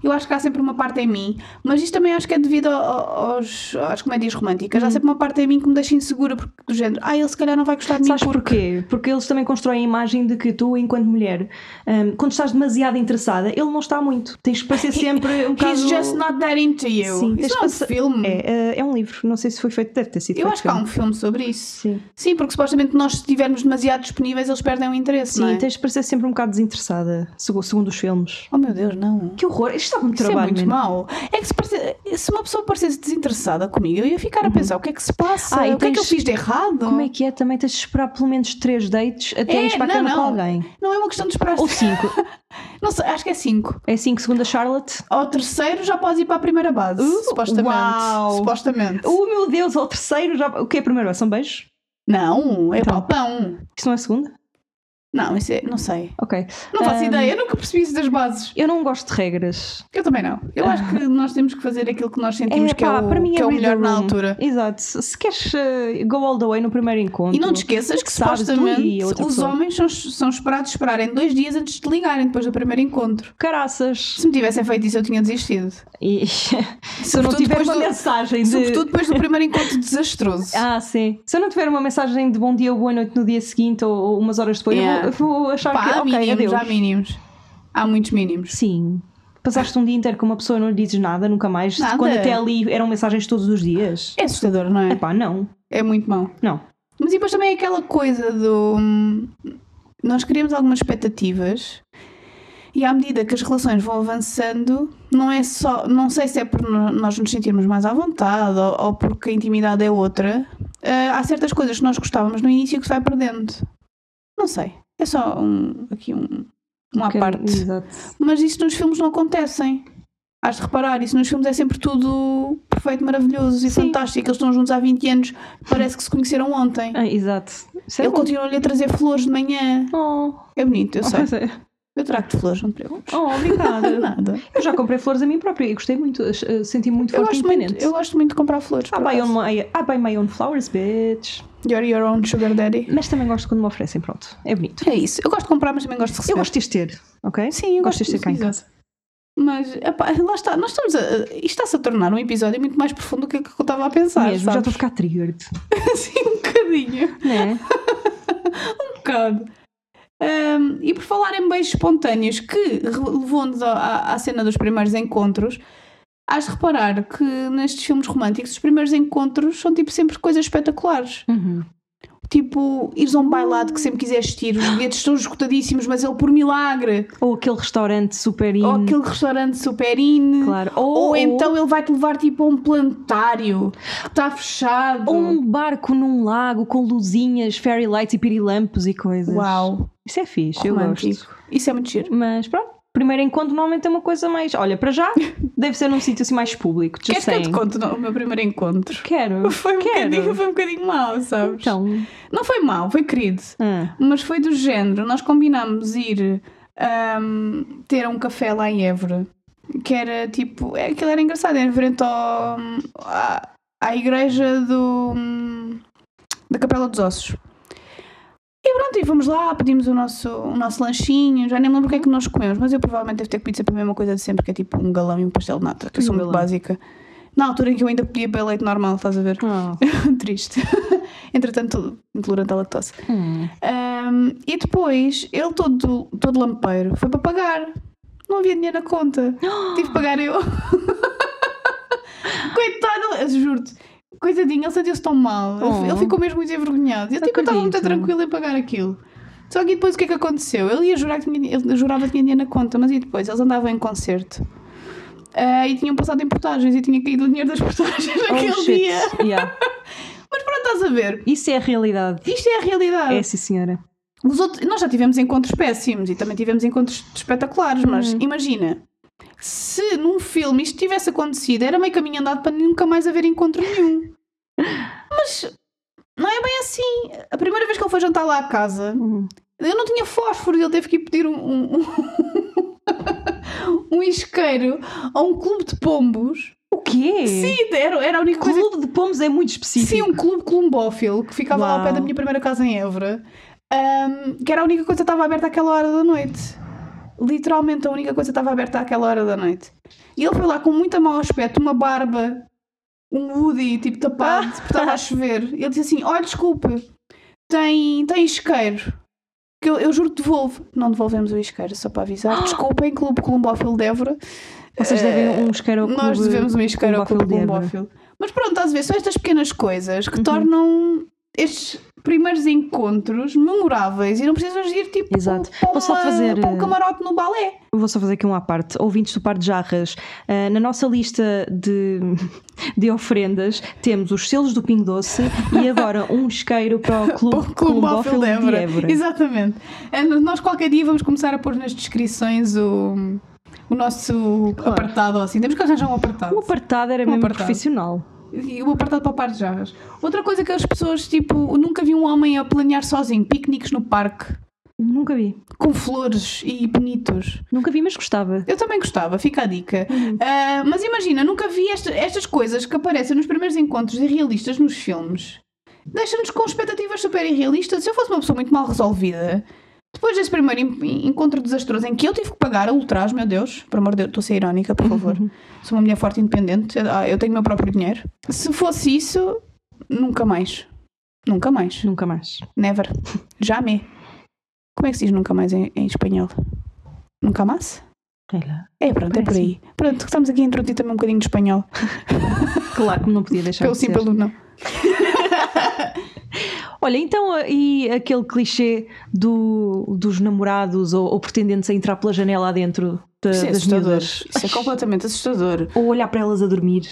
Speaker 2: Eu acho que há sempre uma parte em mim, mas isto também acho que é devido ao- ao- aos, às comédias românticas.
Speaker 1: Uhum.
Speaker 2: Há sempre uma parte em mim que me deixa insegura, porque do género, ah, ele se calhar não vai gostar de mim
Speaker 1: Sabes
Speaker 2: porque.
Speaker 1: porquê? Porque eles também constroem a imagem de que tu, enquanto mulher, hum, quando estás demasiado interessada, ele não está muito. Tens de parecer sempre um bocado...
Speaker 2: He's just not that into you.
Speaker 1: Sim, tens de
Speaker 2: isso não é um
Speaker 1: passar-
Speaker 2: filme.
Speaker 1: É, eh, é um livro, não sei se foi feito, deve ter sido
Speaker 2: Eu
Speaker 1: feito
Speaker 2: acho que há um filme sobre isso.
Speaker 1: filme. Sim,
Speaker 2: Sim, porque supostamente nós, se estivermos demasiado disponíveis, eles perdem o interesse.
Speaker 1: Sim
Speaker 2: não é?
Speaker 1: tens de parecer sempre um bocado desinteressada, segu- segundo os filmes.
Speaker 2: Oh meu Deus, não.
Speaker 1: Que horror, isto está muito
Speaker 2: Isso é
Speaker 1: trabalho,
Speaker 2: muito
Speaker 1: man.
Speaker 2: mau. É que se, parece- se uma pessoa parecesse desinteressada comigo, eu ia ficar a pensar: o que é que se passa?
Speaker 1: Uhum. Ah, e
Speaker 2: o que é que eu
Speaker 1: tens-
Speaker 2: fiz de errado?
Speaker 1: Como é que é? Também tens de esperar pelo menos três dates até
Speaker 2: É,
Speaker 1: ires para a
Speaker 2: não,
Speaker 1: cama com
Speaker 2: não.
Speaker 1: alguém.
Speaker 2: Não é uma questão de esperar.
Speaker 1: Ou cinco.
Speaker 2: Não sei, acho que é 5.
Speaker 1: é cinco, segundo a Charlotte.
Speaker 2: Ao terceiro já podes ir para a primeira base.
Speaker 1: Uh,
Speaker 2: supostamente.
Speaker 1: uau.
Speaker 2: Supostamente.
Speaker 1: Oh meu Deus, ao terceiro já. O que é primeiro?
Speaker 2: um
Speaker 1: São beijos?
Speaker 2: Não, é
Speaker 1: Então.
Speaker 2: palpão.
Speaker 1: Isso não é segunda?
Speaker 2: Não, isso é, não sei.
Speaker 1: Ok.
Speaker 2: Não faço
Speaker 1: Ahm.
Speaker 2: ideia, eu nunca percebi isso das bases.
Speaker 1: Eu não gosto de regras.
Speaker 2: Eu também não. Eu acho que nós temos que fazer aquilo que nós sentimos que
Speaker 1: Ah. pá,
Speaker 2: é o, que é o
Speaker 1: read the
Speaker 2: melhor na
Speaker 1: room.
Speaker 2: altura.
Speaker 1: Exato. Se queres eh, go all the way no primeiro encontro.
Speaker 2: E não te esqueças que
Speaker 1: Sabes, tu e
Speaker 2: supostamente
Speaker 1: a outra
Speaker 2: os
Speaker 1: pessoa.
Speaker 2: homens são, são esperados esperarem dois dias antes de ligarem depois do primeiro encontro.
Speaker 1: Caraças.
Speaker 2: Se me tivessem feito isso, eu tinha desistido.
Speaker 1: E... <laughs> Se eu não
Speaker 2: Sobretudo
Speaker 1: tiver
Speaker 2: depois
Speaker 1: uma
Speaker 2: do-
Speaker 1: mensagem de.
Speaker 2: Sobretudo depois do primeiro encontro
Speaker 1: <laughs>
Speaker 2: desastroso.
Speaker 1: Ah, sim. Se eu não tiver uma mensagem de bom dia ou boa noite no dia seguinte ou, ou umas horas depois, eu vou-
Speaker 2: Yeah.
Speaker 1: eu vou, achar
Speaker 2: Pá,
Speaker 1: que.
Speaker 2: há
Speaker 1: Ok,
Speaker 2: mínimos,
Speaker 1: adeus.
Speaker 2: há mínimos. Há muitos mínimos.
Speaker 1: Sim. Passaste um dia inteiro com uma pessoa e não lhe dizes nada, nunca mais.
Speaker 2: Nada.
Speaker 1: Quando até ali eram mensagens todos os dias.
Speaker 2: É assustador,
Speaker 1: <laughs>
Speaker 2: não é?
Speaker 1: Epá, não.
Speaker 2: É muito mau.
Speaker 1: Não.
Speaker 2: Mas e depois também é aquela coisa do. hum, Nós criamos algumas expectativas e à medida que as relações vão avançando, não é só. Não sei se é por no- nós nos sentirmos mais à vontade ou, ou porque a intimidade é outra. eh, há certas coisas que nós gostávamos no início que se vai perdendo. Não sei. É só um, aqui um, um à
Speaker 1: Que-
Speaker 2: parte.
Speaker 1: Exato.
Speaker 2: Mas isso nos filmes não acontecem. Hás de reparar, isso nos filmes é sempre tudo perfeito, maravilhoso e
Speaker 1: Sim.
Speaker 2: fantástico. Eles estão juntos há 20 anos, parece que se conheceram ontem.
Speaker 1: Ah, exato. Isso é
Speaker 2: Ele
Speaker 1: bom.
Speaker 2: continua-lhe a trazer flores de manhã.
Speaker 1: Oh,
Speaker 2: É bonito, eu sei.
Speaker 1: <laughs> oh,
Speaker 2: Eu trago-te flores, não te preocupes. <laughs>
Speaker 1: obrigada.
Speaker 2: Nada.
Speaker 1: Eu já comprei flores a mim própria e gostei muito. ach- eh, Senti muito
Speaker 2: Eu
Speaker 1: forte
Speaker 2: gosto
Speaker 1: independente. Ah,
Speaker 2: muito, eu gosto muito de comprar flores.
Speaker 1: I
Speaker 2: por
Speaker 1: buy,
Speaker 2: acaso.
Speaker 1: on my, I buy my own flowers, bitch.
Speaker 2: You're your own sugar daddy.
Speaker 1: Mas também gosto quando me oferecem, pronto. É bonito.
Speaker 2: É isso. Eu gosto de comprar, mas também gosto de receber.
Speaker 1: Eu gosto de as ter, ok?
Speaker 2: Sim, eu
Speaker 1: gosto
Speaker 2: gosto,
Speaker 1: de ser cá em
Speaker 2: exato. Mas, epá, lá está. Nós estamos a... Isto está-se a tornar um episódio muito mais profundo do que, que eu estava a pensar,
Speaker 1: Mesmo, já
Speaker 2: sabes?
Speaker 1: estou a ficar triggered.
Speaker 2: <laughs> Assim, um bocadinho.
Speaker 1: Né?
Speaker 2: Um bocado. Ahm, e por falar em beijos espontâneos, que re- levou-nos à- à, à cena dos primeiros encontros, hás de reparar que nestes filmes românticos os primeiros encontros são tipo sempre coisas espetaculares.
Speaker 1: Uhum.
Speaker 2: Tipo, ires a um bailado que sempre quiseste ir, os bilhetes estão esgotadíssimos, mas ele por milagre.
Speaker 1: Ou aquele restaurante super in.
Speaker 2: Ou aquele restaurante super in.
Speaker 1: Claro.
Speaker 2: Ou,
Speaker 1: Ou,
Speaker 2: então ele vai-te levar tipo a um planetário que está fechado.
Speaker 1: ou um barco num lago com luzinhas, fairy lights e pirilampos e coisas.
Speaker 2: Uau,
Speaker 1: Isso é fixe, eu gosto.
Speaker 2: romântico. Isso é muito giro.
Speaker 1: Mas pronto, primeiro encontro normalmente é uma coisa mais. Olha, para
Speaker 2: <laughs>
Speaker 1: já deve ser num sítio assim mais público. Just
Speaker 2: Queres que eu te
Speaker 1: saying.
Speaker 2: conte o meu primeiro encontro?
Speaker 1: Quero.
Speaker 2: Foi um,
Speaker 1: Quero.
Speaker 2: bocadinho, foi um bocadinho mau, sabes?
Speaker 1: Então.
Speaker 2: Não foi mau, foi querido.
Speaker 1: ah,
Speaker 2: Mas foi do género. Nós combinámos ir ahm, ter um café lá em Évora. Que era tipo. É, aquilo era engraçado. Era em frente ao, à, à igreja do, da Capela dos Ossos. E pronto, e fomos lá, pedimos o nosso, o nosso lanchinho. Já nem me lembro o que é que nós comemos, mas eu provavelmente devo ter comido sempre a mesma coisa de sempre, que é tipo um galão e um pastel de nata, que eu sou
Speaker 1: Um
Speaker 2: muito
Speaker 1: galão.
Speaker 2: básica. Na altura em que eu ainda podia beber leite normal, estás a ver?
Speaker 1: ah,
Speaker 2: <laughs> Triste. Entretanto, intolerante à lactose. <laughs>
Speaker 1: hum.
Speaker 2: Ahm, e depois, ele todo, todo lampeiro foi para pagar. Não havia dinheiro
Speaker 1: <gasps>
Speaker 2: na conta. Tive que pagar eu. <laughs> Coitado, eu juro-te. Coitadinho, ele sentiu-se tão mal. Ele-
Speaker 1: Oh.
Speaker 2: Ele ficou mesmo muito envergonhado. Eu, tipo, eu estava muito
Speaker 1: Acredito.
Speaker 2: tranquilo em pagar aquilo. Só que depois o que é que aconteceu? Ele ia jurar que tinha, ele jurava que tinha dinheiro na conta, mas e depois? Eles andavam em concerto. Ah, e tinham passado em portagens e tinha caído o dinheiro das portagens <laughs>
Speaker 1: Oh,
Speaker 2: naquele
Speaker 1: shit.
Speaker 2: dia.
Speaker 1: Yeah.
Speaker 2: Mas pronto, estás a ver.
Speaker 1: Isso é a realidade.
Speaker 2: Isto é a realidade.
Speaker 1: É, sim, senhora.
Speaker 2: Os outros- nós já tivemos encontros péssimos e também tivemos encontros espetaculares, mas imagina, se num filme isto tivesse acontecido, era meio caminho andado para nunca mais haver encontro nenhum. mas não é bem assim. A primeira vez que ele foi jantar lá à casa,
Speaker 1: Hum.
Speaker 2: Eu não tinha fósforo e ele teve que ir pedir um, um, <laughs> um- um isqueiro a um clube de pombos.
Speaker 1: O quê?
Speaker 2: Sim, era, era a única coisa.
Speaker 1: Clube de Pomos é muito específico.
Speaker 2: Sim, um clube colombófilo que ficava lá ao pé
Speaker 1: Uau.
Speaker 2: da minha primeira casa em Évora. ahm, que era a única coisa que estava aberta àquela hora da noite. Literalmente a única coisa que estava aberta àquela hora da noite. E ele foi lá com muito mau aspecto, uma barba, um hoodie tipo tapado, porque
Speaker 1: <laughs>
Speaker 2: estava a chover. E Ele disse assim: Olha, desculpe, tem, tem isqueiro. Que eu, eu juro que devolvo. Não devolvemos o isqueiro, só
Speaker 1: <gasps>
Speaker 2: para avisar. Desculpem, Clube Colombófilo de Évora.
Speaker 1: Vocês devem um isqueiro ao
Speaker 2: eh, Nós
Speaker 1: clube é
Speaker 2: devemos um isqueiro ao Clube
Speaker 1: Colombófilo de Évora.
Speaker 2: Colombófilo. Mas pronto, estás a ver, são estas pequenas coisas
Speaker 1: Uhum.
Speaker 2: que tornam estes primeiros encontros memoráveis e não precisas ir tipo
Speaker 1: Exato.
Speaker 2: para,
Speaker 1: Vou só
Speaker 2: uma-
Speaker 1: fazer,
Speaker 2: para um
Speaker 1: eh,
Speaker 2: camarote no balé.
Speaker 1: Vou só fazer aqui um à parte. Ouvintes do Par de Jarras, ah, na nossa lista de, <laughs> de ofrendas temos os selos do Pingo Doce e agora um isqueiro para
Speaker 2: <laughs>
Speaker 1: o Clube Colombófilo de Évora.
Speaker 2: Exatamente. É, Nós qualquer dia vamos começar a pôr nas descrições o, o nosso apartado assim. Temos que arranjar um apartado.
Speaker 1: O apartado era mesmo
Speaker 2: apartado.
Speaker 1: profissional.
Speaker 2: E o apartado para o par de jarras. Outra coisa que as pessoas, tipo, nunca vi um homem a planear sozinho, piqueniques no parque,
Speaker 1: Nunca vi.
Speaker 2: com flores e bonitos.
Speaker 1: Nunca vi, mas gostava.
Speaker 2: Eu também gostava, fica a dica. Ah, mas imagina, nunca vi esta- estas coisas que aparecem nos primeiros encontros irrealistas nos filmes. Deixa-nos com expectativas super irrealistas. Se eu fosse uma pessoa muito mal resolvida, depois desse primeiro en- encontro desastroso em que eu tive que pagar a ultras, meu Deus, por amor de Deus, estou a ser irónica, por favor. Sou uma mulher forte e independente, ah, eu tenho o meu próprio dinheiro. Se fosse isso, nunca mais. Nunca mais.
Speaker 1: Nunca mais.
Speaker 2: Never. Jamais. Como é que se diz nunca mais em, em espanhol? Nunca mais?
Speaker 1: Sei lá.
Speaker 2: É, pronto, é por aí. Pronto, estamos aqui a introduzir também um bocadinho de espanhol.
Speaker 1: Claro que não podia deixar
Speaker 2: pelo
Speaker 1: de ser.
Speaker 2: sim, pelo não.
Speaker 1: Olha, então e aquele clichê do- dos namorados ou, ou pretendentes a entrar pela janela adentro da-
Speaker 2: Isso é
Speaker 1: das
Speaker 2: assustador.
Speaker 1: miúdas?
Speaker 2: Isso é completamente assustador.
Speaker 1: Ou olhar para elas a dormir.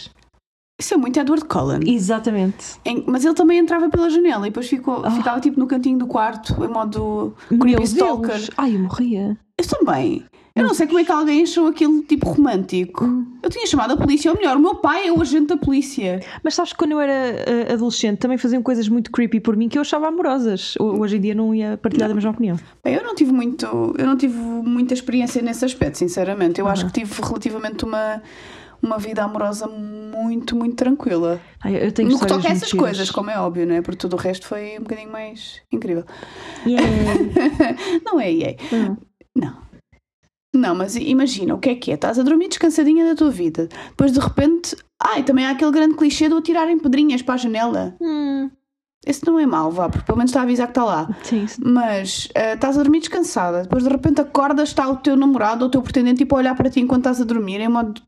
Speaker 2: Isso é muito Edward Cullen.
Speaker 1: Exatamente.
Speaker 2: Em- Mas ele também entrava pela janela e depois ficou, ficava tipo no cantinho do quarto, em modo
Speaker 1: Ah. Meu
Speaker 2: creepystalker.
Speaker 1: Deus. Ai, eu morria.
Speaker 2: Eu também. Eu não sei como é que alguém achou aquilo tipo romântico.
Speaker 1: Hum.
Speaker 2: Eu tinha chamado a polícia, ou melhor, o meu pai é o agente da polícia.
Speaker 1: Mas sabes que quando eu era ah, adolescente também faziam coisas muito creepy por mim que eu achava amorosas.
Speaker 2: Hum.
Speaker 1: Ho- Hoje em dia não ia partilhar da mesma opinião.
Speaker 2: Bem, eu não tive muito, eu não tive muita experiência nesse aspecto, sinceramente. Eu acho que tive relativamente uma uma vida amorosa muito, muito tranquila.
Speaker 1: Ai, eu tenho
Speaker 2: No que
Speaker 1: histórias
Speaker 2: toca a
Speaker 1: muito
Speaker 2: essas
Speaker 1: giras.
Speaker 2: coisas, como é óbvio, não é? Porque tudo o resto foi um bocadinho mais incrível. <laughs>
Speaker 1: Yeah.
Speaker 2: Não é, é.
Speaker 1: Não.
Speaker 2: Não. Não, mas imagina, o que é que é? Estás a dormir descansadinha da tua vida. Depois de repente, ai, também há aquele grande clichê de atirarem pedrinhas para a janela.
Speaker 1: Hum,
Speaker 2: Esse não é mau, vá, porque pelo menos está a avisar que está lá.
Speaker 1: sim, sim.
Speaker 2: Mas ah, estás a dormir descansada, depois de repente acordas, está o teu namorado ou o teu pretendente tipo a olhar para ti enquanto estás a dormir, em modo.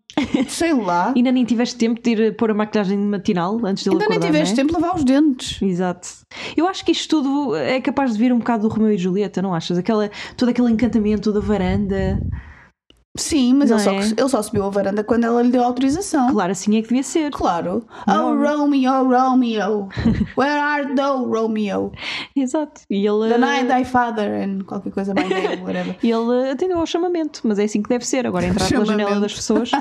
Speaker 1: <laughs>
Speaker 2: sei lá.
Speaker 1: Ainda nem tiveste tempo de ir pôr a maquilhagem matinal antes dele
Speaker 2: Ainda nem
Speaker 1: acordar,
Speaker 2: tiveste
Speaker 1: não é?
Speaker 2: tempo de lavar os dentes.
Speaker 1: Exato. Eu acho que isto tudo é capaz de vir um bocado do Romeu e Julieta, não achas? Aquela, todo aquele encantamento da varanda.
Speaker 2: Sim, mas
Speaker 1: Não
Speaker 2: ele, só,
Speaker 1: é?
Speaker 2: ele só subiu a varanda quando ela lhe deu autorização.
Speaker 1: Claro, assim é que devia ser.
Speaker 2: Claro.
Speaker 1: Não.
Speaker 2: Oh Romeo, Romeo, where art thou, Romeo?
Speaker 1: Exato. E ele,
Speaker 2: The night thy father and qualquer coisa mais name, <laughs> whatever.
Speaker 1: ele atendeu ao chamamento, mas é assim que deve ser. Agora entrar pela janela
Speaker 2: Chamamento.
Speaker 1: das pessoas.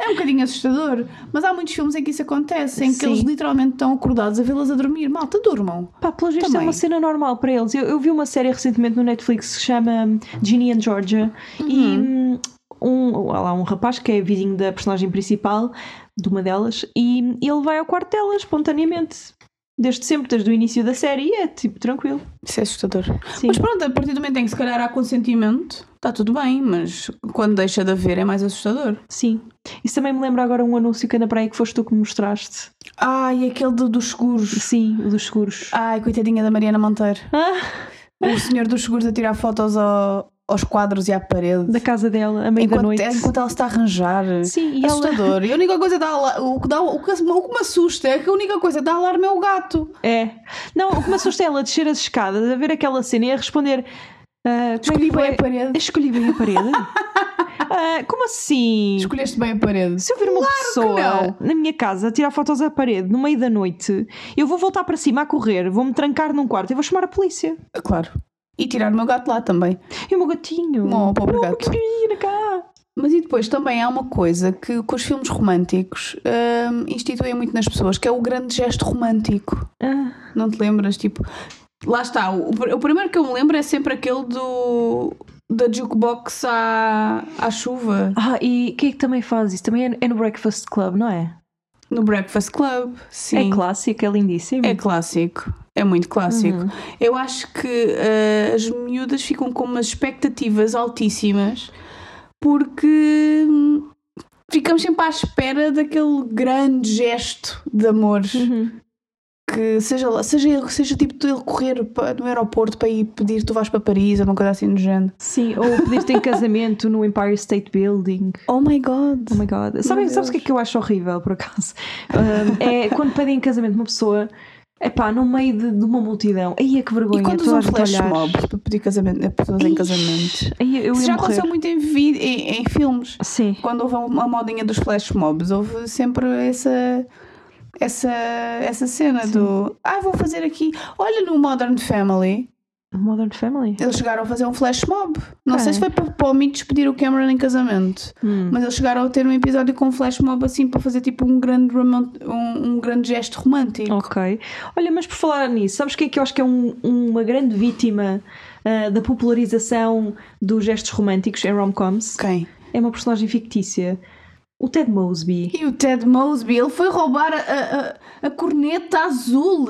Speaker 2: É um bocadinho assustador, mas há muitos filmes em que isso acontece, em que
Speaker 1: Sim.
Speaker 2: eles literalmente estão acordados a vê-las a dormir. Malta, durmam.
Speaker 1: Pá, pelos vistos é
Speaker 2: Também.
Speaker 1: uma cena normal para eles. Eu, eu vi uma série recentemente no Netflix que se chama Ginny and Georgia e
Speaker 2: Uhum.
Speaker 1: hum, um, há lá um rapaz que é vizinho da personagem principal, de uma delas, e ele vai ao quarto dela espontaneamente. Desde sempre, desde o início da série, e é tipo tranquilo.
Speaker 2: Isso é assustador.
Speaker 1: Sim.
Speaker 2: Mas pronto, a partir do momento em que se calhar há consentimento, está tudo bem, mas quando deixa de haver é mais assustador.
Speaker 1: Sim. Isso também me lembra agora um anúncio que anda para aí que foste tu que me mostraste.
Speaker 2: Ai, aquele do- dos seguros.
Speaker 1: Sim, o dos seguros.
Speaker 2: Ai, coitadinha da Mariana Monteiro.
Speaker 1: Ah,
Speaker 2: O senhor dos seguros a tirar fotos ao- aos quadros e à parede.
Speaker 1: da casa dela, à meia da
Speaker 2: Enquanto, é,
Speaker 1: noite.
Speaker 2: enquanto ela se está a arranjar.
Speaker 1: Sim, e ela...
Speaker 2: Assustador. E a única coisa que dá, ala- o, que dá, o, que, o que me assusta é que a única coisa que dá alarme é o gato.
Speaker 1: É. Não, o que me assusta é ela descer as escadas, a ver aquela cena e a responder. ah, como
Speaker 2: Escolhi
Speaker 1: é que foi?
Speaker 2: bem a parede.
Speaker 1: Escolhi bem a
Speaker 2: <laughs>
Speaker 1: parede. Ah, como assim?
Speaker 2: Escolheste bem a parede.
Speaker 1: Se eu ver uma pessoa na minha casa a tirar fotos à parede no meio da noite, eu vou voltar para cima a correr, vou-me trancar num quarto e vou chamar a polícia.
Speaker 2: Claro. E tirar o meu gato lá também.
Speaker 1: E o meu gatinho.
Speaker 2: Oh, pobre
Speaker 1: Oh,
Speaker 2: gato.
Speaker 1: menina, cá.
Speaker 2: Mas e depois também há uma coisa que, que os filmes românticos hum, instituem muito nas pessoas, que é o grande gesto romântico.
Speaker 1: Ah,
Speaker 2: Não te lembras? Tipo, Lá está, o, o primeiro que eu me lembro é sempre aquele do. da jukebox à, à chuva,
Speaker 1: Ah, e quem é que também faz isso? Também é no- é no Breakfast Club, não é?
Speaker 2: no Breakfast Club. Sim.
Speaker 1: É clássico, é lindíssimo.
Speaker 2: É clássico. É muito clássico.
Speaker 1: Uhum.
Speaker 2: Eu acho que eh, as miúdas ficam com umas expectativas altíssimas porque hum, ficamos sempre à espera daquele grande gesto de amor.
Speaker 1: Uhum.
Speaker 2: Que seja, lá- seja, seja tipo tu ele correr pa- no aeroporto para ir pedir tu vais para Paris ou uma coisa assim do género.
Speaker 1: Sim, ou pedir-te em casamento no Empire State Building.
Speaker 2: Oh my god!
Speaker 1: Oh my god. Sabem, sabes o que é que eu acho horrível, por acaso? <laughs> Um, é quando pedem em casamento uma pessoa, é pá, no meio de, de uma multidão. Aí é que vergonha.
Speaker 2: E quando
Speaker 1: toda
Speaker 2: usam
Speaker 1: a gente a
Speaker 2: flash
Speaker 1: olhar.
Speaker 2: mob para pedir casamento, a pessoas em
Speaker 1: Ixi,
Speaker 2: casamento?
Speaker 1: Aí eu
Speaker 2: Isso
Speaker 1: ia
Speaker 2: já
Speaker 1: morrer.
Speaker 2: aconteceu muito em, vi- em- em filmes.
Speaker 1: Sim.
Speaker 2: quando houve uma modinha dos flash mobs, houve sempre essa essa essa cena do ah, vou fazer aqui. Olha no Modern Family,
Speaker 1: Modern Family.
Speaker 2: eles chegaram a fazer um flash mob. Não
Speaker 1: Ah,
Speaker 2: sei se
Speaker 1: é?
Speaker 2: foi para, para o Mitch despedir o Cameron em casamento,
Speaker 1: Hum.
Speaker 2: mas eles chegaram a ter um episódio com um flash mob assim para fazer tipo um grande romant- um, um grande gesto
Speaker 1: Oh.
Speaker 2: romântico.
Speaker 1: Ok. Olha, mas por falar nisso, sabes quem é que eu acho que é um- uma grande vítima ah, da popularização dos gestos românticos em rom-coms?
Speaker 2: Quem?
Speaker 1: É uma personagem fictícia. O Ted Mosby.
Speaker 2: E o Ted Mosby, ele foi roubar a, a, a corneta azul.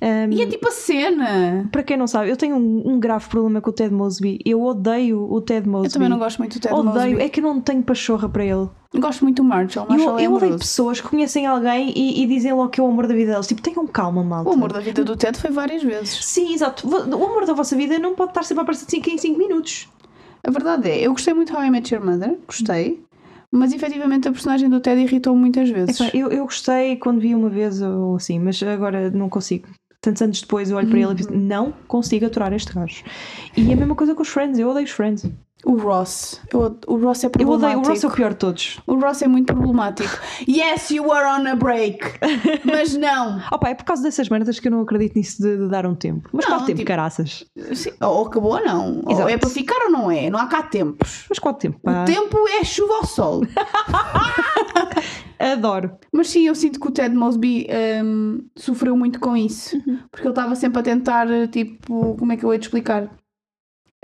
Speaker 1: Ah,
Speaker 2: E é tipo a cena.
Speaker 1: para quem não sabe, eu tenho um, um grave problema com o Ted Mosby. Eu odeio o Ted Mosby.
Speaker 2: Eu também não gosto muito do Ted
Speaker 1: Odeio,
Speaker 2: Mosby.
Speaker 1: é que eu não tenho pachorra para ele.
Speaker 2: Gosto muito do Marshall.
Speaker 1: Eu,
Speaker 2: Marshall é
Speaker 1: eu odeio
Speaker 2: amoroso.
Speaker 1: pessoas que conhecem alguém e, e dizem logo que é o amor da vida deles. Tipo, tenham calma, malta.
Speaker 2: O amor da vida do Ted foi várias vezes.
Speaker 1: Sim, exato. Vo- O amor da vossa vida não pode estar sempre a aparecer de 5 em 5 minutos.
Speaker 2: A verdade é, eu gostei muito de How I Met Your Mother, gostei, mas efetivamente a personagem do Ted irritou-me muitas vezes.
Speaker 1: Epá, eu, eu gostei quando vi uma vez ou assim, mas agora não consigo. Tantos anos depois eu olho para ele e
Speaker 2: Uhum.
Speaker 1: penso, não consigo aturar este gajo. E é a mesma coisa com os Friends, eu odeio os Friends.
Speaker 2: O Ross. Eu- o Ross é
Speaker 1: Eu odeio,
Speaker 2: problemático.
Speaker 1: o Ross é o pior de todos.
Speaker 2: O Ross é
Speaker 1: <laughs>
Speaker 2: muito problemático. Yes, you are on a break! Mas não!
Speaker 1: Opa, é por causa dessas merdas que eu não acredito nisso de, de dar um tempo. Mas
Speaker 2: Não,
Speaker 1: qual tempo,
Speaker 2: tipo-
Speaker 1: caraças?
Speaker 2: Sim, ou acabou ou não. Ou
Speaker 1: Exato.
Speaker 2: é para ficar ou não é. Não há cá tempos.
Speaker 1: Mas qual tempo?
Speaker 2: O
Speaker 1: pá?
Speaker 2: tempo é chuva ao sol.
Speaker 1: Adoro.
Speaker 2: Mas sim, eu sinto que o Ted Mosby hum, sofreu muito com isso.
Speaker 1: Uhum.
Speaker 2: Porque ele estava sempre a tentar, tipo, como é que eu ia te explicar?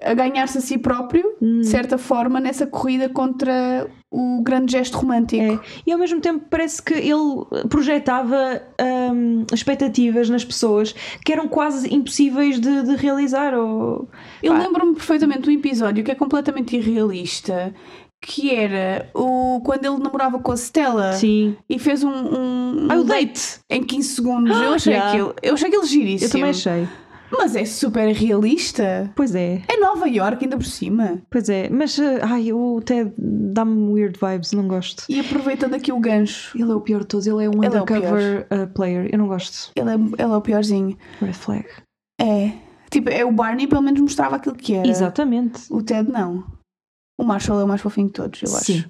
Speaker 2: A ganhar-se a si próprio,
Speaker 1: Hum.
Speaker 2: de certa forma, nessa corrida contra o grande gesto
Speaker 1: É.
Speaker 2: romântico.
Speaker 1: E ao mesmo tempo parece que ele projetava hum, expectativas nas pessoas que eram quase impossíveis de, de realizar. Ou...
Speaker 2: Eu
Speaker 1: Pá.
Speaker 2: lembro-me perfeitamente de um episódio que é completamente irrealista, que era o quando ele namorava com a Stella
Speaker 1: Sim.
Speaker 2: e fez um, um,
Speaker 1: Ah,
Speaker 2: um
Speaker 1: o
Speaker 2: date em 15 segundos. eu achei
Speaker 1: yeah.
Speaker 2: aquilo, eu achei aquilo giríssimo.
Speaker 1: Eu também achei.
Speaker 2: Mas é super realista.
Speaker 1: Pois é,
Speaker 2: É Nova York ainda por cima.
Speaker 1: pois é. Mas eh, ai, o Ted dá-me weird vibes, não gosto.
Speaker 2: E aproveitando aqui o gancho,
Speaker 1: Ele é o pior de todos, ele é um
Speaker 2: Ele é o
Speaker 1: undercover eh, player. Eu não gosto.
Speaker 2: ele é, ele é o piorzinho.
Speaker 1: Red flag.
Speaker 2: É. Tipo, é o Barney pelo menos mostrava aquilo que
Speaker 1: É.
Speaker 2: era.
Speaker 1: Exatamente.
Speaker 2: O Ted não. O Marshall é o mais fofinho de todos, eu acho.
Speaker 1: Sim.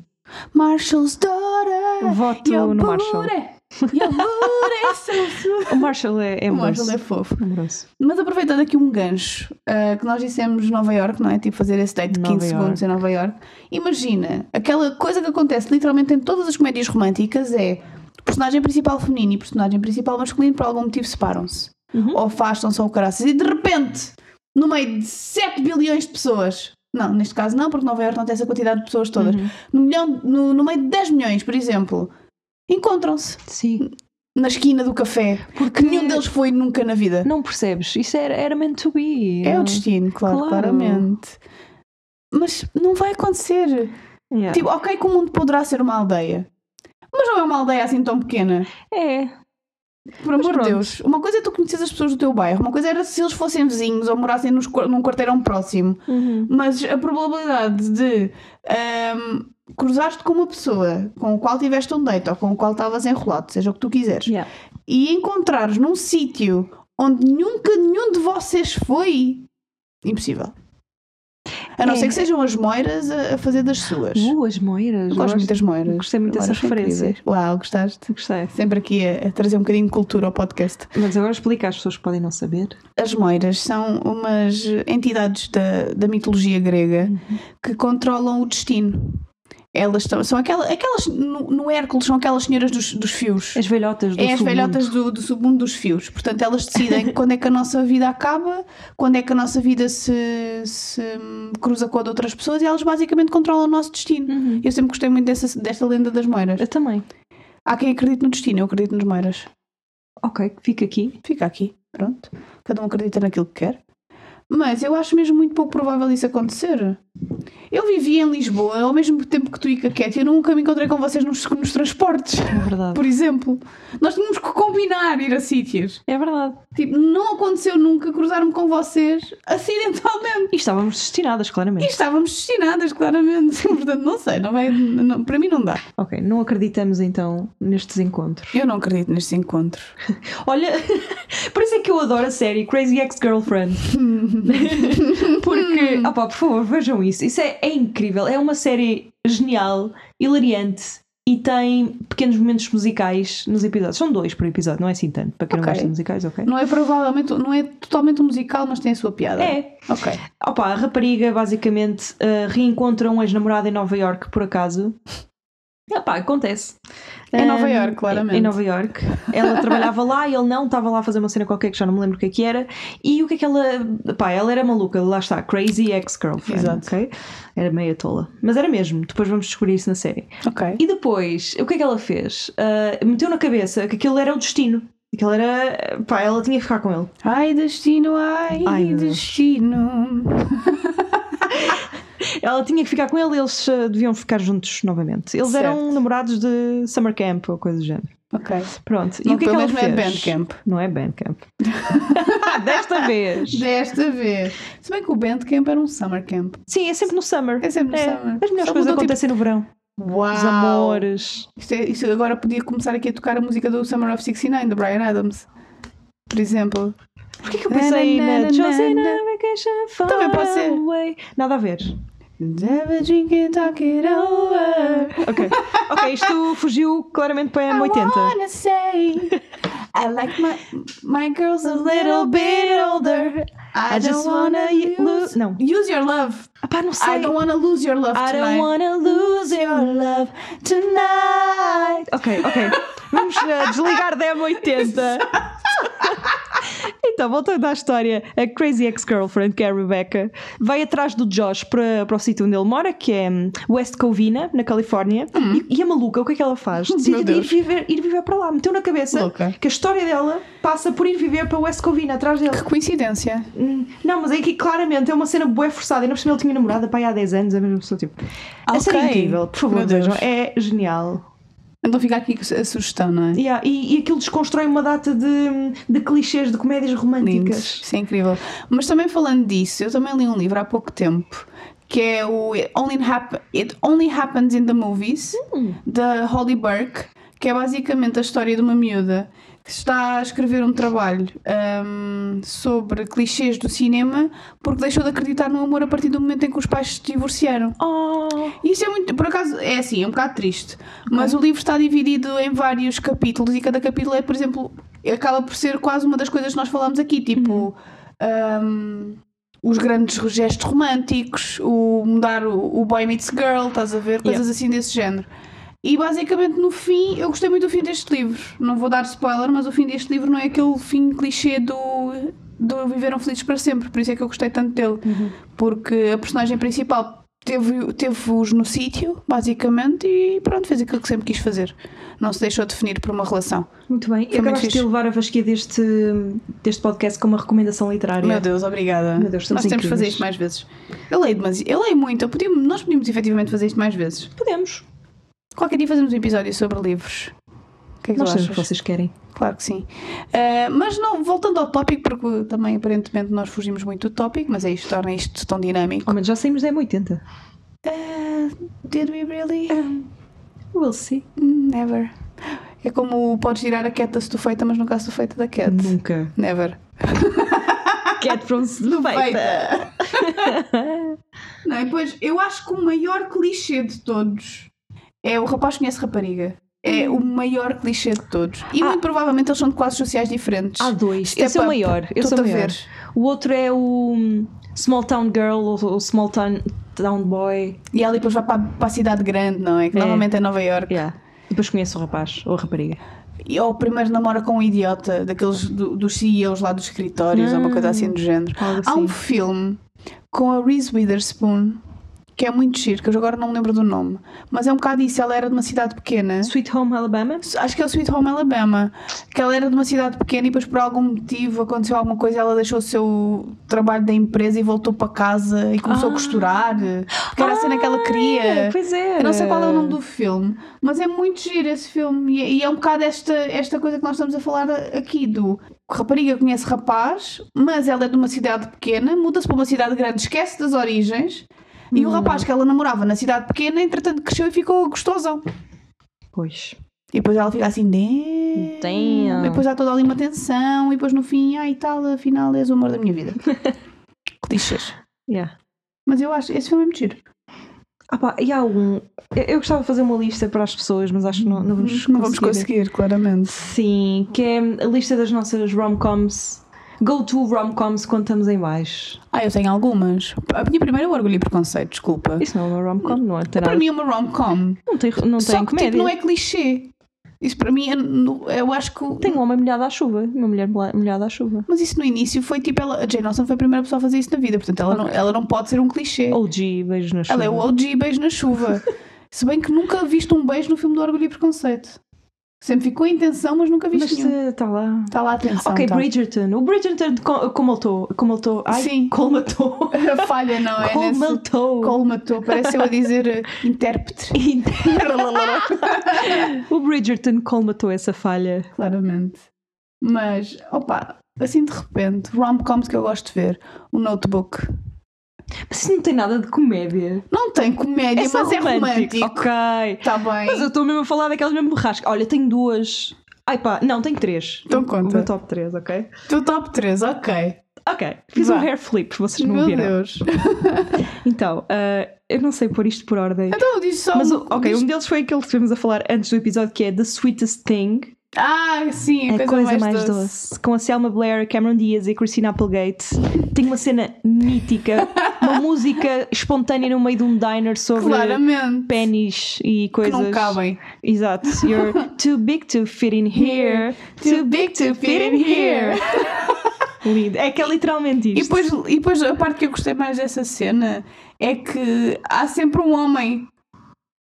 Speaker 2: Marshall's
Speaker 1: É.
Speaker 2: daughter!
Speaker 1: Voto
Speaker 2: your
Speaker 1: no Marshall.
Speaker 2: booty, Your booty
Speaker 1: <laughs>
Speaker 2: is so sweet.
Speaker 1: O Marshall é, é
Speaker 2: O Marshall
Speaker 1: amoroso.
Speaker 2: é fofo.
Speaker 1: Amoroso.
Speaker 2: Mas aproveitando aqui um gancho, ah, que nós dissemos Nova York, não é? Tipo, fazer esse date de 15
Speaker 1: Nova
Speaker 2: segundos em Nova York. Imagina, aquela coisa que acontece literalmente em todas as comédias românticas é personagem principal feminino e personagem principal masculino por algum motivo separam-se.
Speaker 1: Uhum.
Speaker 2: Ou afastam-se ou caraças. E de repente, no meio de 7 bilhões de pessoas... Não, neste caso não, porque Nova York não tem essa quantidade de pessoas todas.
Speaker 1: Uhum.
Speaker 2: No, milhão, no, no meio de 10 milhões, por exemplo, encontram-se
Speaker 1: Sim.
Speaker 2: na esquina do café. Porque nenhum deles foi nunca na vida.
Speaker 1: Não percebes? Isso era, era meant to be.
Speaker 2: É
Speaker 1: não?
Speaker 2: o destino, claro,
Speaker 1: Claro.
Speaker 2: claramente. Mas não vai acontecer.
Speaker 1: Yeah.
Speaker 2: Tipo, ok que o mundo poderá ser uma aldeia. Mas não é uma aldeia assim tão pequena.
Speaker 1: É.
Speaker 2: Por
Speaker 1: Mas
Speaker 2: amor de
Speaker 1: pronto.
Speaker 2: Deus. Uma coisa é tu conheces as pessoas do teu bairro. Uma coisa era se eles fossem vizinhos ou morassem nos qua- num quarteirão próximo.
Speaker 1: Uhum.
Speaker 2: Mas a probabilidade de ahm, cruzares-te com uma pessoa com a qual tiveste um date ou com a qual estavas enrolado, seja o que tu quiseres,
Speaker 1: Yeah.
Speaker 2: e encontrares num sítio onde nunca nenhum de vocês foi, impossível. A não
Speaker 1: É.
Speaker 2: ser que sejam as moiras a, a fazer das suas.
Speaker 1: Uh, as moiras.
Speaker 2: Eu gosto muito das moiras.
Speaker 1: Gostei muito
Speaker 2: Moiras
Speaker 1: dessa
Speaker 2: são
Speaker 1: referência.
Speaker 2: incríveis. Uau, gostaste?
Speaker 1: Gostei.
Speaker 2: Sempre aqui a, a trazer um bocadinho de cultura ao podcast.
Speaker 1: Mas agora explica às pessoas que podem não saber.
Speaker 2: As moiras são
Speaker 1: Uhum.
Speaker 2: umas entidades da, da mitologia grega que controlam o destino. Elas estão, são aquelas, aquelas no, no Hércules são aquelas senhoras dos, dos fios.
Speaker 1: As velhotas do
Speaker 2: é as
Speaker 1: submundo.
Speaker 2: velhotas do, do submundo dos fios. Portanto,
Speaker 1: <laughs>
Speaker 2: elas decidem quando é que a nossa vida acaba, quando é que a nossa vida se, se, hum, cruza com a de outras pessoas e elas basicamente controlam o nosso destino.
Speaker 1: Uhum.
Speaker 2: Eu sempre gostei muito dessa, desta lenda das moiras.
Speaker 1: Eu também.
Speaker 2: Há quem acredite no destino, eu acredito nas moiras.
Speaker 1: Ok, fica aqui.
Speaker 2: Fica aqui, pronto. Cada um acredita naquilo que quer. Mas eu acho mesmo muito pouco provável isso acontecer. Eu vivia em Lisboa ao mesmo tempo que tu e que a Cat, e eu nunca me encontrei com vocês nos, nos transportes, <laughs>
Speaker 1: É verdade.
Speaker 2: por exemplo. Nós tínhamos que combinar ir a sítios.
Speaker 1: É verdade.
Speaker 2: Tipo, não aconteceu nunca cruzar-me com vocês acidentalmente.
Speaker 1: E estávamos destinadas,
Speaker 2: E
Speaker 1: claramente.
Speaker 2: estávamos destinadas, claramente. <laughs> Portanto, não sei, não vai, não- para mim não dá.
Speaker 1: Ok, não acreditamos então nestes encontros.
Speaker 2: Eu não acredito nestes encontros.
Speaker 1: Olha, <laughs> por isso é que eu adoro a série Crazy Ex-Girlfriend. <laughs> Porque, opá, por favor, vejam isso. Isso é, é incrível. É uma série genial, hilariante e tem pequenos momentos musicais nos episódios. São dois por episódio, não é assim tanto. Para quem não
Speaker 2: Ok.
Speaker 1: gosta de musicais, ok?
Speaker 2: Não é provavelmente, não é totalmente um musical, mas tem a sua piada.
Speaker 1: É,
Speaker 2: Ok.
Speaker 1: Opa, a rapariga basicamente uh, reencontra um ex-namorado em Nova York por acaso. Opa, acontece.
Speaker 2: Em Nova
Speaker 1: Ahm,
Speaker 2: Iorque, claramente.
Speaker 1: Em Nova York. Ela trabalhava lá e ele não, estava lá a fazer uma cena qualquer que já não me lembro o que é que era. E o que é que ela. Pá, ela era maluca, lá está, crazy ex-girlfriend.
Speaker 2: Exato.
Speaker 1: ok? Era meia tola. Mas era mesmo, depois vamos descobrir isso na série.
Speaker 2: Ok.
Speaker 1: E depois, o que é que ela fez? Ah, meteu na cabeça que aquilo era o destino. Aquilo era. Pá, ela tinha que ficar com ele.
Speaker 2: Ai, destino, ai,
Speaker 1: Ai, meu Deus.
Speaker 2: destino.
Speaker 1: Ela tinha que ficar com ele e eles eh, deviam ficar juntos novamente. Eles
Speaker 2: Certo.
Speaker 1: eram namorados de summer camp ou coisa do género.
Speaker 2: Ok.
Speaker 1: Pronto.
Speaker 2: Não,
Speaker 1: e o que é que
Speaker 2: pelo
Speaker 1: ela
Speaker 2: menos
Speaker 1: fez?
Speaker 2: não é Bandcamp.
Speaker 1: Não é bandcamp. <laughs> Desta vez.
Speaker 2: Desta vez. Se bem que o Bandcamp era um summer camp.
Speaker 1: Sim, é sempre no summer.
Speaker 2: É sempre no summer.
Speaker 1: As melhores
Speaker 2: Só
Speaker 1: coisas
Speaker 2: mudou, tipo,
Speaker 1: acontecem no verão.
Speaker 2: Uau!
Speaker 1: Os amores.
Speaker 2: Isto, é- isto agora podia começar aqui a tocar a música do Summer of 69, do Brian Adams. Por exemplo.
Speaker 1: Porquê que eu pensei
Speaker 2: Na, na,
Speaker 1: na
Speaker 2: na,
Speaker 1: Josie
Speaker 2: na,
Speaker 1: Vacation Far
Speaker 2: Também pode ser.
Speaker 1: Away? Nada a ver.
Speaker 2: Never drink and talk it over.
Speaker 1: Ok. ok, isto fugiu claramente para a
Speaker 2: I
Speaker 1: M80.
Speaker 2: wanna say I like my, my girls a little bit older. I,
Speaker 1: I just wanna lose. Não.
Speaker 2: Use your love.
Speaker 1: Ah, pá, não
Speaker 2: I
Speaker 1: sei.
Speaker 2: don't wanna lose your love
Speaker 1: I don't
Speaker 2: tonight.
Speaker 1: wanna lose your
Speaker 2: love tonight.
Speaker 1: Ok, ok. Vamos eh, desligar da M80. Então, voltando à história, a Crazy Ex-Girlfriend, que é a Rebecca, vai atrás do Josh para, para o sítio onde ele mora, que é hum, West Covina, na Califórnia. E, e a maluca, o que é que ela faz? Decide ir
Speaker 2: Deus.
Speaker 1: viver, ir viver para lá. Meteu na cabeça
Speaker 2: Louca.
Speaker 1: que a história dela passa por ir viver para West Covina, atrás dele.
Speaker 2: Que coincidência.
Speaker 1: Hum, Não, mas é que claramente é uma cena bué forçada. Eu não percebi, ele tinha namorada para aí há 10 anos, a mesma pessoa, tipo... A
Speaker 2: Ok.
Speaker 1: série é incrível, por favor,
Speaker 2: Meu Deus.
Speaker 1: vejam. É genial.
Speaker 2: Então fica aqui a sugestão, não é?
Speaker 1: Yeah, e, e aquilo desconstrói uma data de, de clichês de comédias
Speaker 2: Lindo.
Speaker 1: românticas.
Speaker 2: Isso é incrível. Mas também falando disso, eu também li um livro há pouco tempo que é o It Only, Hap- It Only Happens in the Movies,
Speaker 1: Hum.
Speaker 2: da Holly Burke, que é basicamente a história de uma miúda que está a escrever um trabalho hum, sobre clichês do cinema porque deixou de acreditar no amor a partir do momento em que os pais se divorciaram.
Speaker 1: Oh,
Speaker 2: Isso é muito. Por acaso, é assim, é um bocado triste. Mas o livro está dividido em vários capítulos e cada capítulo é, por exemplo, acaba por ser quase uma das coisas que nós falámos aqui, tipo. hum, os grandes gestos românticos, o mudar o, o boy meets girl, estás a ver? Coisas assim desse género. E basicamente no fim, eu gostei muito do fim deste livro. Não vou dar spoiler, mas o fim deste livro não é aquele fim clichê do, do Viveram Felizes para Sempre, por isso é que eu gostei tanto dele. Porque a personagem principal teve- teve-os no sítio, basicamente, e pronto, fez aquilo que sempre quis fazer. Não se deixou definir por uma relação.
Speaker 1: muito bem. E
Speaker 2: muito
Speaker 1: acabaste
Speaker 2: fixe.
Speaker 1: de levar a vasquia deste, deste podcast com uma recomendação literária.
Speaker 2: Meu Deus, obrigada.
Speaker 1: Meu Deus, estamos
Speaker 2: Nós temos que fazer
Speaker 1: incríveis.
Speaker 2: isto mais vezes. Eu leio, demasi- eu leio muito, eu podia- nós podíamos efetivamente fazer isto mais vezes.
Speaker 1: Podemos.
Speaker 2: Qualquer dia fazemos um episódio sobre livros. O que é que
Speaker 1: Nós
Speaker 2: tu
Speaker 1: sabemos o que
Speaker 2: achas?
Speaker 1: vocês querem.
Speaker 2: Claro que sim. Ah, mas não, voltando ao tópico, porque também aparentemente nós fugimos muito do tópico, mas é isto, torna isto tão dinâmico.
Speaker 1: Ao menos já saímos da M80.
Speaker 2: Ah, did we really?
Speaker 1: Ah. We'll see.
Speaker 2: Hum, Never. É como podes tirar a cat da estufeita, mas nunca a estufeita da cat.
Speaker 1: <laughs> Nunca.
Speaker 2: Never.
Speaker 1: Cat Hum. <laughs> from Slovaita.
Speaker 2: <laughs> Feita. não, e depois, eu acho que o maior clichê de todos é o rapaz conhece rapariga. É o maior clichê de todos. E
Speaker 1: Hum. Ah.
Speaker 2: muito provavelmente eles são de classes sociais diferentes.
Speaker 1: Há dois.
Speaker 2: Step
Speaker 1: Esse é o
Speaker 2: up.
Speaker 1: maior. Eu
Speaker 2: Estou-te
Speaker 1: sou o
Speaker 2: a
Speaker 1: maior.
Speaker 2: ver.
Speaker 1: O outro é o hum, Small Town Girl ou, ou Small Town, town Boy.
Speaker 2: E ela depois vai para, para a cidade grande, não é? Que
Speaker 1: É.
Speaker 2: normalmente é Nova York.
Speaker 1: Yeah. Depois conheço o rapaz ou a rapariga.
Speaker 2: E- Ou primeiro namora com um idiota daqueles do- dos CEOs lá dos escritórios, ou uma coisa assim do género.
Speaker 1: Algo
Speaker 2: Há
Speaker 1: assim.
Speaker 2: um filme com a Reese Witherspoon que é muito giro, que eu agora não me lembro do nome, mas é um bocado isso. Ela era de uma cidade pequena,
Speaker 1: Sweet Home Alabama?
Speaker 2: acho que é o Sweet Home Alabama, que ela era de uma cidade pequena e depois por algum motivo aconteceu alguma coisa, ela deixou o seu trabalho da empresa e voltou para casa e começou
Speaker 1: Ah.
Speaker 2: a costurar, eh, que era a cena que ela queria.
Speaker 1: É, pois é.
Speaker 2: Eu não sei qual é o nome do filme, mas é muito giro esse filme e é, e é um bocado esta, esta coisa que nós estamos a falar aqui do rapariga conhece rapaz, mas ela é de uma cidade pequena, muda-se para uma cidade grande, esquece das origens e
Speaker 1: Hum.
Speaker 2: o rapaz que ela namorava na cidade pequena, entretanto cresceu e ficou gostosão.
Speaker 1: Pois.
Speaker 2: E depois ela fica assim, "Damn."
Speaker 1: Damn.
Speaker 2: E depois há toda ali uma tensão e depois no fim, ai tal, afinal és o amor da minha vida. <laughs> Clichês.
Speaker 1: Yeah.
Speaker 2: Mas eu acho, esse filme é muito giro.
Speaker 1: Ah pá, e há um. Eu, eu gostava de fazer uma lista para as pessoas, mas acho que não, não vamos
Speaker 2: Não vamos conseguir, claramente.
Speaker 1: Sim, que é a lista das nossas rom-coms. Go-to rom-coms quando estamos em baixo.
Speaker 2: Ah, eu tenho algumas. A minha primeira é o Orgulho e Preconceito, desculpa.
Speaker 1: Isso não é uma rom-com, não é? Tem
Speaker 2: Para
Speaker 1: nada-
Speaker 2: mim é uma rom-com.
Speaker 1: Não tem, não
Speaker 2: Só
Speaker 1: tem
Speaker 2: que tipo,
Speaker 1: comédia.
Speaker 2: não é clichê. Isso para mim, é, no- eu acho que...
Speaker 1: Tem um homem molhado à chuva, uma mulher molha- molhada à chuva.
Speaker 2: Mas isso no início foi tipo... Ela... A Jane Austen foi a primeira pessoa a fazer isso na vida. Portanto, ela, não, ela não pode ser um
Speaker 1: É.
Speaker 2: clichê.
Speaker 1: OG, beijos na chuva.
Speaker 2: Ela é o OG beijo na chuva. Se bem que nunca viste um beijo no filme do Orgulho e Preconceito. Sempre ficou em tensão, mas nunca
Speaker 1: Mas
Speaker 2: viste nenhum.
Speaker 1: está lá.
Speaker 2: Está lá a tensão.
Speaker 1: ok,
Speaker 2: tá.
Speaker 1: Bridgerton. O Bridgerton co- colmatou. Colmatou. Ai,
Speaker 2: Sim.
Speaker 1: colmatou.
Speaker 2: A <laughs> falha não é nesse...
Speaker 1: Colmatou.
Speaker 2: Colmatou. Parece eu a dizer eh,
Speaker 1: <laughs>
Speaker 2: intérprete.
Speaker 1: o Bridgerton colmatou essa falha.
Speaker 2: Claramente. Mas, opa, assim de repente, rom-coms que eu gosto de ver, o Notebook.
Speaker 1: Mas isso não tem nada de comédia.
Speaker 2: Não tem comédia,
Speaker 1: só
Speaker 2: mas é romântico.
Speaker 1: Ok.
Speaker 2: Está bem.
Speaker 1: Mas eu estou mesmo a falar daquelas mesmo borrascas. Olha, tenho duas. Ai pá, não, tenho três.
Speaker 2: Então
Speaker 1: O meu
Speaker 2: conta.
Speaker 1: top 3, ok?
Speaker 2: Teu top 3, ok.
Speaker 1: Ok. Fiz
Speaker 2: Vá.
Speaker 1: um hair flip, vocês não
Speaker 2: Meu
Speaker 1: viram.
Speaker 2: Deus. <laughs>
Speaker 1: Então, ah, eu não sei pôr isto por ordem.
Speaker 2: Então diz só.
Speaker 1: Mas,
Speaker 2: um-
Speaker 1: o- ok,
Speaker 2: diz-
Speaker 1: um deles foi aquele que estivemos a falar antes do episódio, que é The Sweetest Thing.
Speaker 2: Ah, sim, a
Speaker 1: É
Speaker 2: coisa, mais, doce.
Speaker 1: Com a Selma Blair, Cameron Diaz e a Christina Applegate. Tem uma cena mítica,
Speaker 2: <laughs>
Speaker 1: uma música espontânea no meio de um diner sobre
Speaker 2: Claramente.
Speaker 1: pênis e
Speaker 2: que
Speaker 1: coisas.
Speaker 2: não cabem.
Speaker 1: Exato.
Speaker 2: <laughs>
Speaker 1: You're too big to fit in here.
Speaker 2: Too big to fit in here.
Speaker 1: <laughs> Lindo. É que é literalmente
Speaker 2: E
Speaker 1: isto.
Speaker 2: depois, e depois a parte que eu gostei mais dessa cena é que há sempre um homem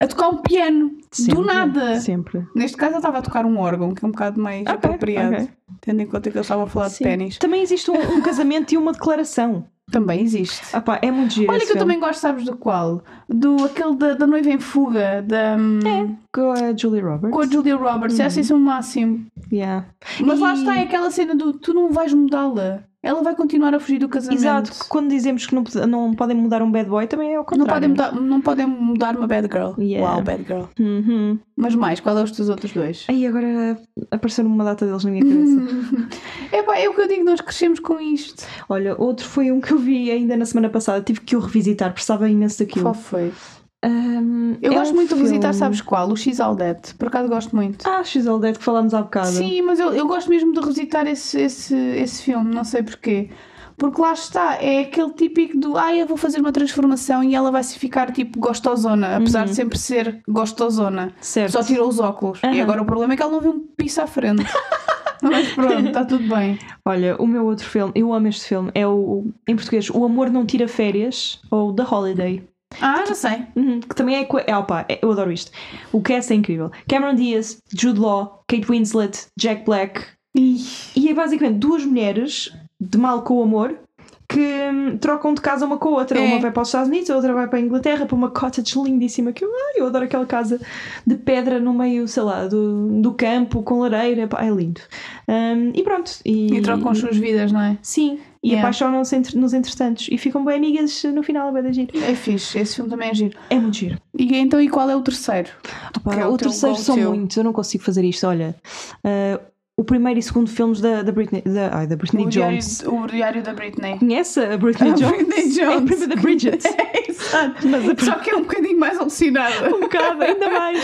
Speaker 2: a tocar um piano. Do
Speaker 1: Sempre,
Speaker 2: nada.
Speaker 1: Sempre.
Speaker 2: Neste caso, eu estava a tocar um órgão, que é um bocado mais
Speaker 1: Ok,
Speaker 2: apropriado,
Speaker 1: ok.
Speaker 2: tendo em conta que eu estava a falar
Speaker 1: Sim.
Speaker 2: de pênis.
Speaker 1: Também existe um,
Speaker 2: <laughs>
Speaker 1: um casamento e uma declaração.
Speaker 2: Também existe.
Speaker 1: Ah pá, é muito giro.
Speaker 2: Olha que
Speaker 1: esse
Speaker 2: eu
Speaker 1: filme.
Speaker 2: também gosto, sabes do qual? Do aquele da, da noiva em fuga, da, hum,
Speaker 1: Com a Julie Roberts.
Speaker 2: com a Julia Roberts. Eu Acho isso o máximo.
Speaker 1: Yeah.
Speaker 2: Mas lá
Speaker 1: E-
Speaker 2: está é aquela cena do tu não vais mudá-la. Ela vai continuar a fugir do casamento.
Speaker 1: Exato, que quando dizemos que não, pode- não podem mudar um bad boy também é o
Speaker 2: Não
Speaker 1: contrário.
Speaker 2: podem, mudar, não podem mudar uma bad girl.
Speaker 1: Yeah.
Speaker 2: Uau, bad girl.
Speaker 1: Uhum.
Speaker 2: Mas mais, qual é os teus outros dois?
Speaker 1: Aí agora apareceu uma data deles na minha cabeça.
Speaker 2: Uhum. Epá, é o que eu digo, nós crescemos com isto.
Speaker 1: Olha, outro foi um que eu vi ainda na semana passada, tive que o revisitar, precisava imenso
Speaker 2: Qual
Speaker 1: daquilo.
Speaker 2: foi?
Speaker 1: Ahm,
Speaker 2: Eu
Speaker 1: é
Speaker 2: gosto
Speaker 1: um
Speaker 2: muito de visitar,
Speaker 1: filme-
Speaker 2: sabes qual? O X-Aldete. Por acaso gosto muito.
Speaker 1: Ah, X-All Dead que falámos há bocado.
Speaker 2: Sim, mas eu, eu gosto mesmo de revisitar esse, esse, esse filme, não sei porquê. Porque lá está, é aquele típico do ai, eu vou fazer uma transformação e ela vai se ficar tipo gostosona, apesar de sempre ser gostosona.
Speaker 1: Certo.
Speaker 2: Só tirou os óculos. E
Speaker 1: Aham.
Speaker 2: agora o problema é que ela não vê um piso à <laughs> frente. mas pronto, está tudo bem.
Speaker 1: Olha, o meu outro filme, eu amo este filme, é o, em português, O Amor Não Tira Férias, ou The Holiday.
Speaker 2: Ah, já sei.
Speaker 1: Uhum, que também é. co- É, opa, eu adoro isto. O cast é incrível. Cameron Diaz, Jude Law, Kate Winslet, Jack Black,
Speaker 2: Ih,
Speaker 1: E é basicamente duas mulheres de mal com o amor que hum, trocam de casa uma com a outra.
Speaker 2: É.
Speaker 1: Uma vai para os Estados Unidos, a outra vai para a Inglaterra, para uma cottage lindíssima que eu, ai, eu adoro aquela casa de pedra no meio, sei lá, do, do campo, com lareira. Pá, é lindo. Hum, e pronto. E,
Speaker 2: E trocam as suas vidas, não é?
Speaker 1: Sim, e
Speaker 2: Yeah.
Speaker 1: apaixonam-se entre- nos entretantos e ficam bem amigas no final, bem da giro.
Speaker 2: É fixe, esse filme também é giro.
Speaker 1: É muito giro.
Speaker 2: E então, e qual é o terceiro?
Speaker 1: Pá,
Speaker 2: Que é o
Speaker 1: o
Speaker 2: teu
Speaker 1: terceiro são
Speaker 2: go-to.
Speaker 1: muitos, eu não consigo fazer isto. Olha, ah, o primeiro e segundo filmes da, da Britney, da, ai, da Britney
Speaker 2: O diário,
Speaker 1: Jones.
Speaker 2: o diário da Britney.
Speaker 1: Conhece a Britney
Speaker 2: A
Speaker 1: Jones?
Speaker 2: Britney
Speaker 1: É a
Speaker 2: <laughs> Jones.
Speaker 1: prima da Bridget.
Speaker 2: Exato. é
Speaker 1: Mas a
Speaker 2: Só que é um bocadinho mais alucinada.
Speaker 1: um bocado, ainda mais.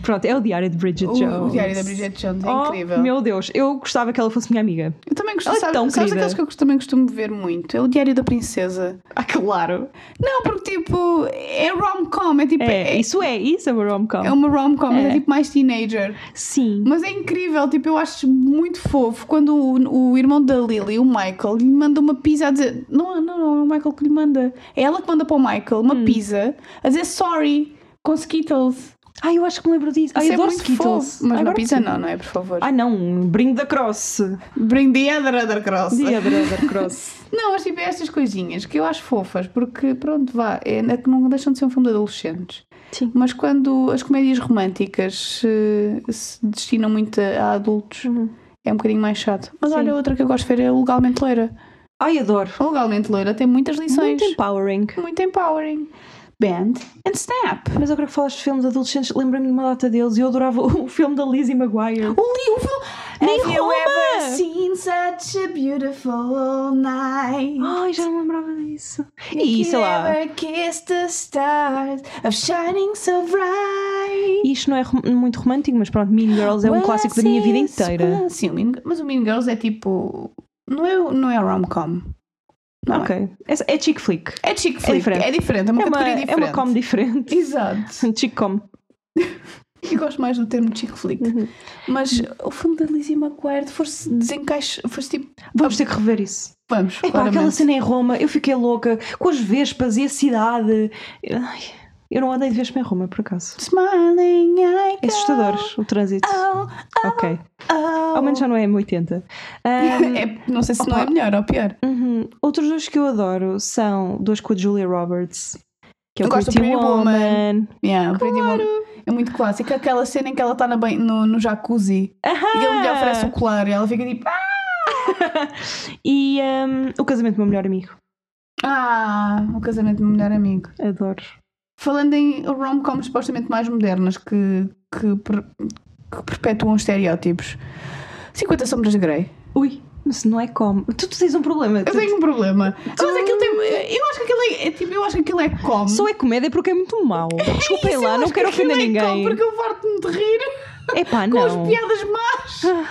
Speaker 1: Pronto, é o diário de Bridget
Speaker 2: O,
Speaker 1: Jones.
Speaker 2: Uh, o Diário da Bridget Jones é
Speaker 1: oh,
Speaker 2: incrível.
Speaker 1: Meu Deus, eu gostava que ela fosse minha amiga.
Speaker 2: Eu também
Speaker 1: Ela
Speaker 2: costumo,
Speaker 1: é
Speaker 2: sabes,
Speaker 1: tão
Speaker 2: sabes
Speaker 1: querida.
Speaker 2: aqueles que eu também costumo ver muito? É o Diário da Princesa.
Speaker 1: Ah, claro.
Speaker 2: Não, porque tipo, é rom-com, é tipo,
Speaker 1: É,
Speaker 2: é,
Speaker 1: isso é, isso é uma rom-com.
Speaker 2: é uma rom-com, mas é tipo mais teenager.
Speaker 1: Sim.
Speaker 2: Mas é incrível, tipo, eu acho muito fofo quando o, o irmão da Lily, o Michael, lhe manda uma pizza a dizer. Não, não, não, é o Michael que lhe manda. É ela que manda para o Michael
Speaker 1: Hum.
Speaker 2: uma pizza a dizer sorry com Skittles.
Speaker 1: Ai, eu acho que me lembro disso. Ai,
Speaker 2: Isso
Speaker 1: eu
Speaker 2: é
Speaker 1: adoro
Speaker 2: muito
Speaker 1: Skittles.
Speaker 2: fofo. Mas
Speaker 1: Adoro
Speaker 2: na pizza
Speaker 1: Skittles.
Speaker 2: não, não é, por favor.
Speaker 1: Ah, não. Brinde da Cross.
Speaker 2: Bring the other, other cross.
Speaker 1: Dia da
Speaker 2: <laughs>
Speaker 1: da Cross.
Speaker 2: Não, mas tipo, é estas coisinhas que eu acho fofas, porque pronto, vá, é, é que não deixam de ser um filme de adolescentes.
Speaker 1: Sim.
Speaker 2: Mas quando as comédias românticas se, se destinam muito a, a adultos, é um bocadinho mais chato. Mas
Speaker 1: Uhum. Sim.
Speaker 2: olha, outra que eu gosto de ver é o Legalmente Loira.
Speaker 1: Ai, adoro.
Speaker 2: O Legalmente Loira tem muitas lições.
Speaker 1: Muito empowering.
Speaker 2: Muito empowering. Band and Snap.
Speaker 1: Mas agora que falaste de filmes adolescentes, lembra-me de uma data deles. Eu adorava <laughs> o filme da Lizzie Maguire.
Speaker 2: O Lee, o filme.
Speaker 1: Nem
Speaker 2: Have you
Speaker 1: Roma!
Speaker 2: ever seen such a beautiful night?
Speaker 1: Ai, já não lembrava disso.
Speaker 2: You
Speaker 1: <gasps> E sei lá.
Speaker 2: ever kissed the stars of shining so bright?
Speaker 1: Isto não é rom- muito romântico, mas pronto, Mean Girls é um
Speaker 2: Well,
Speaker 1: clássico da minha vida
Speaker 2: sim,
Speaker 1: inteira.
Speaker 2: sim, sim, o Mean- mas o Mean Girls é tipo. Não é, não é rom-com. Não
Speaker 1: Ok. É, é chick flick.
Speaker 2: É, é chick flick. É diferente.
Speaker 1: diferente.
Speaker 2: É, uma
Speaker 1: É uma,
Speaker 2: categoria
Speaker 1: é
Speaker 2: diferente.
Speaker 1: uma com diferente. <laughs>
Speaker 2: Exato.
Speaker 1: Chick com.
Speaker 2: Eu gosto mais do termo chick flick.
Speaker 1: Uhum.
Speaker 2: Mas o filme da Lizzie McGuire fosse desencaixe. Fosse tipo.
Speaker 1: Vamos ter que rever isso.
Speaker 2: Vamos,
Speaker 1: Epá,
Speaker 2: claramente.
Speaker 1: aquela cena em Roma, eu fiquei louca com as vespas e a cidade. Ai, eu não andei de vespa em Roma, por acaso.
Speaker 2: Smiling, I
Speaker 1: É assustador o trânsito.
Speaker 2: go, oh,
Speaker 1: ok.
Speaker 2: oh.
Speaker 1: Ao <laughs> menos já não é M80.
Speaker 2: <laughs>
Speaker 1: Ahm,
Speaker 2: É- não sei se
Speaker 1: Opa.
Speaker 2: não é melhor ou pior.
Speaker 1: uhum. Outros dois que eu adoro são dois com a Julia Roberts, que é
Speaker 2: Eu
Speaker 1: o
Speaker 2: gosto do
Speaker 1: Pretty
Speaker 2: Pretty
Speaker 1: Woman.
Speaker 2: Yeah, o Pretty Woman é muito clássico. Aquela cena em que ela está no, no jacuzzi e ele
Speaker 1: Ah.
Speaker 2: lhe oferece o colar e ela fica tipo. "Ah!"
Speaker 1: E ahm, o casamento do meu melhor amigo.
Speaker 2: Ah, o casamento do meu melhor amigo.
Speaker 1: Adoro.
Speaker 2: Falando em rom-coms supostamente mais modernas que, que, per- que perpetuam estereótipos. 50 Sombras de Grey.
Speaker 1: Ui, mas não é como. Tu, tu tens um problema.
Speaker 2: Eu
Speaker 1: Tu-
Speaker 2: tenho um problema. Mas aquilo tem. Eu acho que aquilo é. é tipo, eu acho que aquilo é com.
Speaker 1: Só é comédia porque é muito mau. Desculpem lá, não quero ofender ninguém.
Speaker 2: é porque eu farto-me de rir
Speaker 1: Epá,
Speaker 2: com
Speaker 1: não.
Speaker 2: as piadas
Speaker 1: <laughs>
Speaker 2: más.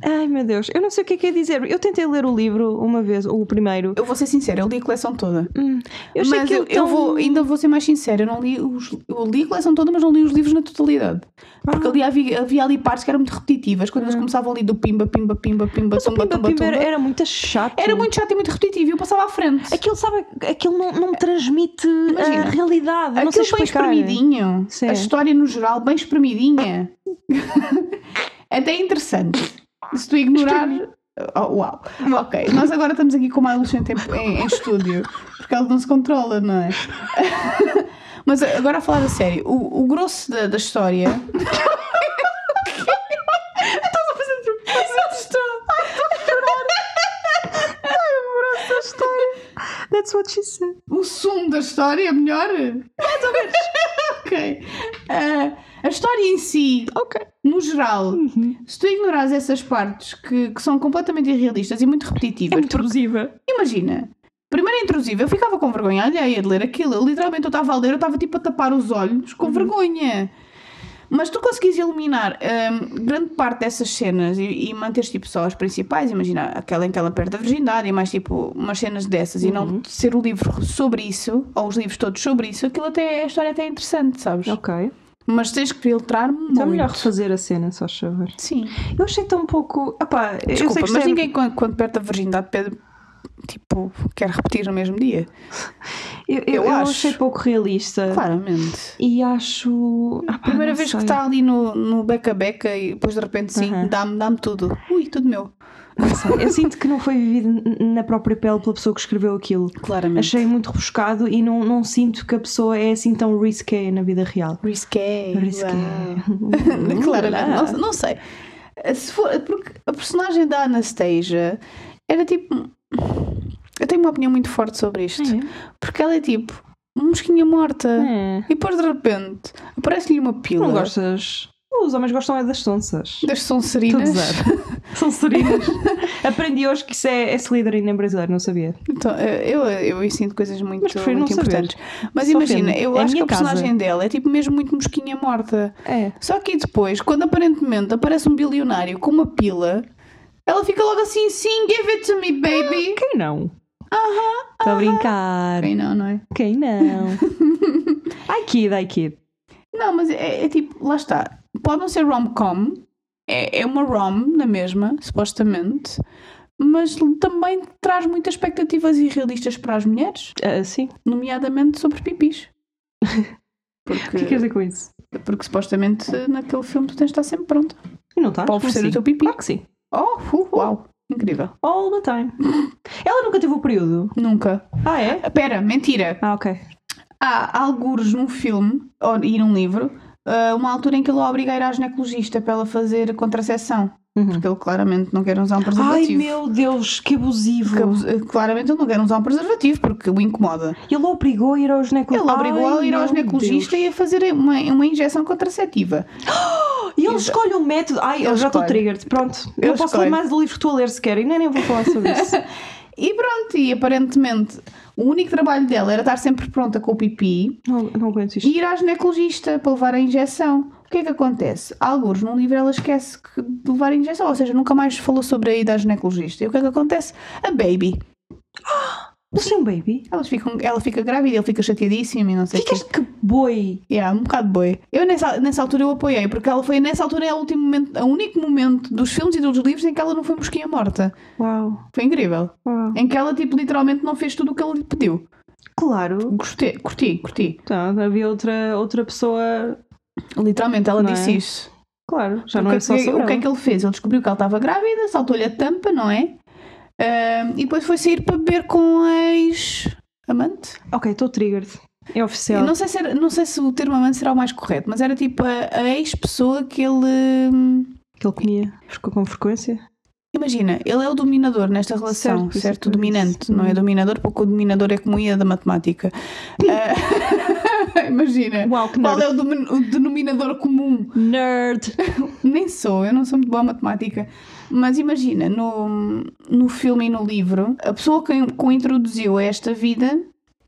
Speaker 1: Ai meu Deus, eu não sei o que é que é dizer. Eu tentei ler o livro uma vez, o primeiro.
Speaker 2: Eu vou ser sincera, eu li a coleção toda.
Speaker 1: Hum, eu achei
Speaker 2: mas
Speaker 1: que
Speaker 2: eu, eu vou, ainda vou ser mais sincera, eu não li os, eu li a coleção toda, mas não li os livros na totalidade. Porque ali havia, havia ali partes que eram muito repetitivas, quando eles começavam ali do pimba, pimba, pimba,
Speaker 1: Uhum.
Speaker 2: pimba,
Speaker 1: Mas o
Speaker 2: tumba,
Speaker 1: Pimba
Speaker 2: tumba,
Speaker 1: Pimba
Speaker 2: tumba.
Speaker 1: era,
Speaker 2: Era,
Speaker 1: era muito chato.
Speaker 2: muito chato e muito repetitivo, eu passava à frente.
Speaker 1: Aquilo, sabe, aquilo não, não me transmite
Speaker 2: Imagina,
Speaker 1: a realidade. não sei
Speaker 2: Aquilo bem
Speaker 1: explicar. <laughs>
Speaker 2: espremidinho,
Speaker 1: Sim.
Speaker 2: a história no geral
Speaker 1: <laughs>
Speaker 2: bem espremidinha. Até interessante. Se tu ignorar... Oh, uau, ok. Nós agora estamos aqui com uma adolescente em, em- em estúdio, porque ela não se controla, não é? <laughs> Mas agora a falar a sério, o, o grosso da, da história. Estás a fazer
Speaker 1: <laughs>
Speaker 2: Eu estou.
Speaker 1: That's what she said.
Speaker 2: O sumo da história é melhor? Mais ou menos. <laughs> ok. Ah, a história em si,
Speaker 1: Ok.
Speaker 2: no geral,
Speaker 1: Uhum.
Speaker 2: se tu ignorares essas partes que, que são completamente irrealistas e muito
Speaker 1: É
Speaker 2: repetitivas,
Speaker 1: muito intrusiva.
Speaker 2: Imagina, primeiro é intrusivo, eu ficava com vergonha alheia de ler aquilo. Eu, literalmente eu estava a ler, eu estava tipo a tapar os olhos
Speaker 1: Uhum.
Speaker 2: com vergonha. Mas tu conseguis eliminar hum, grande parte dessas cenas e, e manteres tipo só as principais, imagina aquela em que ela perde a virgindade e mais tipo umas cenas dessas e
Speaker 1: Uhum.
Speaker 2: não ser o livro sobre isso, ou os livros todos sobre isso, aquilo até, a história até é interessante, sabes?
Speaker 1: Ok.
Speaker 2: Mas tens que filtrar muito.
Speaker 1: Então é melhor refazer a cena, só chover.
Speaker 2: Sim.
Speaker 1: Eu achei tão pouco. Epá, eu
Speaker 2: Desculpa,
Speaker 1: sei que
Speaker 2: mas
Speaker 1: isto é-
Speaker 2: ninguém quando, quando perde a virgindade pede, tipo, quer repetir no mesmo dia.
Speaker 1: Eu, eu,
Speaker 2: eu
Speaker 1: eu
Speaker 2: acho.
Speaker 1: achei pouco realista.
Speaker 2: Claramente.
Speaker 1: E acho. Epá,
Speaker 2: Primeira
Speaker 1: não
Speaker 2: vez
Speaker 1: sei.
Speaker 2: que está ali no, no beca-beca e depois de repente sim,
Speaker 1: Aham.
Speaker 2: dá-me dá tudo. Ui, tudo meu.
Speaker 1: Não sei, Eu sinto que não foi vivido n- na própria pele pela pessoa que escreveu aquilo.
Speaker 2: Claramente.
Speaker 1: Achei muito rebuscado e não, não sinto que a pessoa é assim tão risqué na vida real.
Speaker 2: Risqué.
Speaker 1: Risqué. Hum,
Speaker 2: uau. <laughs> Claramente. Não, não sei. Se for, porque a personagem da Anastasia era tipo. Eu tenho uma opinião muito forte sobre isto. Porque ela é tipo uma mosquinha morta.
Speaker 1: É.
Speaker 2: E depois de repente aparece-lhe uma pila
Speaker 1: Não gostas? Os homens gostam é das tonsas.
Speaker 2: das Sonserinas.
Speaker 1: Estou a gozar. São serinas. <laughs> Aprendi hoje que isso é, é Slytherin em brasileiro, não sabia.
Speaker 3: Então, eh, eu, eu ensino coisas muito,
Speaker 1: Mas prefiro
Speaker 3: muito
Speaker 1: não saber.
Speaker 3: importantes. Mas
Speaker 1: Só
Speaker 3: imagina,
Speaker 1: ofende.
Speaker 3: eu
Speaker 1: É a
Speaker 3: acho que
Speaker 1: minha
Speaker 3: a personagem
Speaker 1: casa.
Speaker 3: dela é tipo mesmo muito mosquinha morta.
Speaker 1: É.
Speaker 3: Só que depois.
Speaker 2: Depois, quando aparentemente aparece um bilionário com uma pila, ela fica logo assim, sim, give it to me, baby.
Speaker 1: Quem não? Estou a brincar.
Speaker 2: Bem, não, não é?
Speaker 1: Quem <laughs> não? I kid, I kid.
Speaker 2: Não, mas é, é tipo, lá está. Pode não ser rom-com, é, é uma rom na mesma, supostamente, mas também traz muitas expectativas irrealistas para as mulheres,
Speaker 1: Ah, sim.
Speaker 2: nomeadamente sobre
Speaker 1: <laughs>
Speaker 2: pipis.
Speaker 1: O que é que queres
Speaker 2: Porque,
Speaker 1: dizer com isso?
Speaker 2: porque supostamente naquele filme tu tens de estar sempre pronta
Speaker 1: Não estás?
Speaker 2: para oferecer o teu pipi.
Speaker 1: Claro que sim.
Speaker 2: Oh, uh, uau! Incrível.
Speaker 1: All the time. <laughs> Ela nunca teve o período.
Speaker 2: Nunca.
Speaker 1: Ah, é?
Speaker 2: Pera, mentira.
Speaker 1: Ah, ok.
Speaker 2: Há algures num filme ou, e num livro, ah, uma altura em que ele a obriga a ir à ginecologista para ela fazer contracepção.
Speaker 1: Uhum.
Speaker 2: Porque ele claramente não quer usar um
Speaker 1: Ai
Speaker 2: preservativo.
Speaker 1: meu Deus, que abusivo.
Speaker 2: Que abus- eh, claramente ele não quer usar um preservativo porque o incomoda.
Speaker 1: Ele obrigou a ir ao
Speaker 2: Ele
Speaker 1: ginecologista.
Speaker 2: obrigou a ir ao ginecologista e a fazer uma, uma injeção contraceptiva.
Speaker 1: E ele escolhe um método. Ai, eu
Speaker 2: Ele
Speaker 1: já estou
Speaker 2: escolhe.
Speaker 1: triggered. Pronto, eu,
Speaker 2: Ele
Speaker 1: posso
Speaker 2: escolhe.
Speaker 1: ler mais do livro que estou a ler se querem. Nem, nem vou falar sobre isso.
Speaker 2: E pronto, e aparentemente o único trabalho dela era estar sempre pronta com o pipi
Speaker 1: <laughs> não, não aguento isto.
Speaker 2: e ir à ginecologista para levar a injeção. O que é que acontece? Alguns num livro ela esquece que- de levar a injeção, ou seja, nunca mais falou sobre a ida à ginecologista. E o que é que acontece? A baby.
Speaker 1: Mas tem um baby?
Speaker 2: Elas ficam, ela fica grávida, ele fica chateadíssimo e não sei o quê.
Speaker 1: Ficas que boi.
Speaker 2: Yeah, um bocado boi. Eu nessa, nessa altura eu apoiei, porque ela foi nessa altura é o último momento, o único momento dos filmes e dos livros em que ela não foi mosquinha morta.
Speaker 1: Uau,
Speaker 2: Foi incrível.
Speaker 1: uau.
Speaker 2: Em que ela tipo literalmente não fez tudo o que ele lhe pediu.
Speaker 1: Claro.
Speaker 2: Gostei, curti, curti.
Speaker 1: Então, havia outra, outra pessoa.
Speaker 2: Literalmente ela
Speaker 1: Não é?
Speaker 2: disse isso.
Speaker 1: Claro, já não
Speaker 2: o que,
Speaker 1: é só
Speaker 2: que-
Speaker 1: sobre
Speaker 2: o que é
Speaker 1: ela.
Speaker 2: que ele fez? Ele descobriu que ela estava grávida, saltou-lhe a tampa, não é? Ah, e depois foi sair para beber com a ex amante.
Speaker 1: Ok, estou triggered. É
Speaker 2: Eu
Speaker 1: oficial.
Speaker 2: não sei se era- não sei se o termo amante será o mais correto, mas era tipo a, a ex pessoa que ele hum,
Speaker 1: Que ele comia ficou com frequência.
Speaker 2: Imagina, ele é o dominador nesta relação,
Speaker 1: Certo,
Speaker 2: certo?
Speaker 1: isso é que eu
Speaker 2: dominante,
Speaker 1: disse.
Speaker 2: não é dominador, porque o dominador é como ia da
Speaker 1: <laughs>
Speaker 2: matemática. Ah, <laughs> Imagina.
Speaker 1: Uau, que
Speaker 2: Qual
Speaker 1: nerd.
Speaker 2: é o, domin- o denominador comum?
Speaker 1: Nerd.
Speaker 2: <laughs> Nem sou, eu não sou muito boa a matemática. Mas imagina, no, no filme e no livro, a pessoa que, que o introduziu a esta vida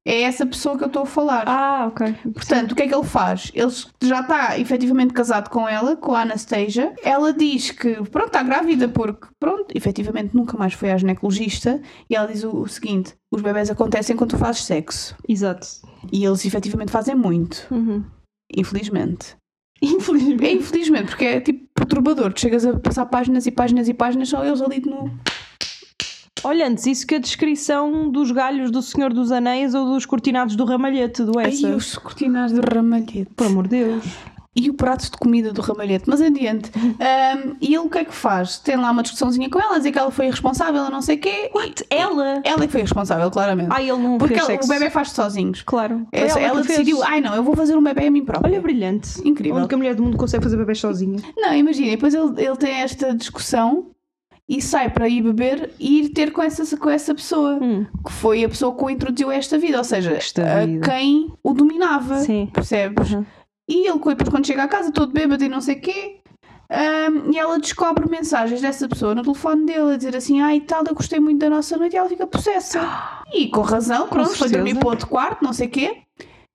Speaker 2: é essa pessoa que eu estou a falar.
Speaker 1: Ah, ok.
Speaker 2: Portanto, o que é que ele faz? Ele já está efetivamente casado com ela, com a Anastasia. Ela diz que, pronto, está grávida porque, pronto, efetivamente nunca mais foi à ginecologista. E ela diz o, o seguinte: os bebés acontecem quando tu fazes sexo.
Speaker 1: Exato.
Speaker 2: E eles efetivamente fazem muito,
Speaker 1: Uhum.
Speaker 2: infelizmente.
Speaker 1: Infelizmente.
Speaker 2: É infelizmente, porque é tipo perturbador. Tu chegas a passar páginas e páginas e páginas, só eles ali no.
Speaker 1: Olha, antes isso que a descrição dos galhos do Senhor dos Anéis ou dos cortinados do Ramalhete do
Speaker 2: Ai,
Speaker 1: Essa.
Speaker 2: os cortinados do ramalhete.
Speaker 1: Por amor de Deus.
Speaker 2: e o prato de comida do ramalhete, mas adiante.
Speaker 1: Uhum.
Speaker 2: Ahm, e ele o que é que faz? Tem lá uma discussãozinha com ela, a dizer que ela foi responsável, não sei o quê.
Speaker 1: What? Ela?
Speaker 2: Ela é que foi responsável, claramente.
Speaker 1: Ai, ele não
Speaker 2: Porque
Speaker 1: fez
Speaker 2: ela-
Speaker 1: sexo.
Speaker 2: o bebê faz sozinhos.
Speaker 1: Claro. Foi
Speaker 2: Ela, ela
Speaker 1: que fez.
Speaker 2: decidiu, ai não, eu vou fazer um bebê a mim própria.
Speaker 1: Olha, brilhante.
Speaker 2: Incrível.
Speaker 1: Onde que a mulher do mundo consegue fazer bebês sozinha.
Speaker 2: Não, imagina, e depois ele, ele tem esta discussão e sai para ir beber e ir ter com essa, com essa pessoa,
Speaker 1: Hum.
Speaker 2: que foi a pessoa que o introduziu a esta vida, ou seja,
Speaker 1: Esta
Speaker 2: a
Speaker 1: vida.
Speaker 2: quem o dominava.
Speaker 1: Sim.
Speaker 2: Percebes?
Speaker 1: Uhum.
Speaker 2: E ele depois quando chega a casa todo bêbado e não sei o quê. ahm, e ela descobre mensagens dessa pessoa no telefone dele a dizer assim: Ai tal, eu gostei muito da nossa noite. E ela fica possessa.
Speaker 1: <gasps>
Speaker 2: E com razão,
Speaker 1: Com
Speaker 2: pronto, foi
Speaker 1: certeza.
Speaker 2: dormir para outro quarto, não sei o quê.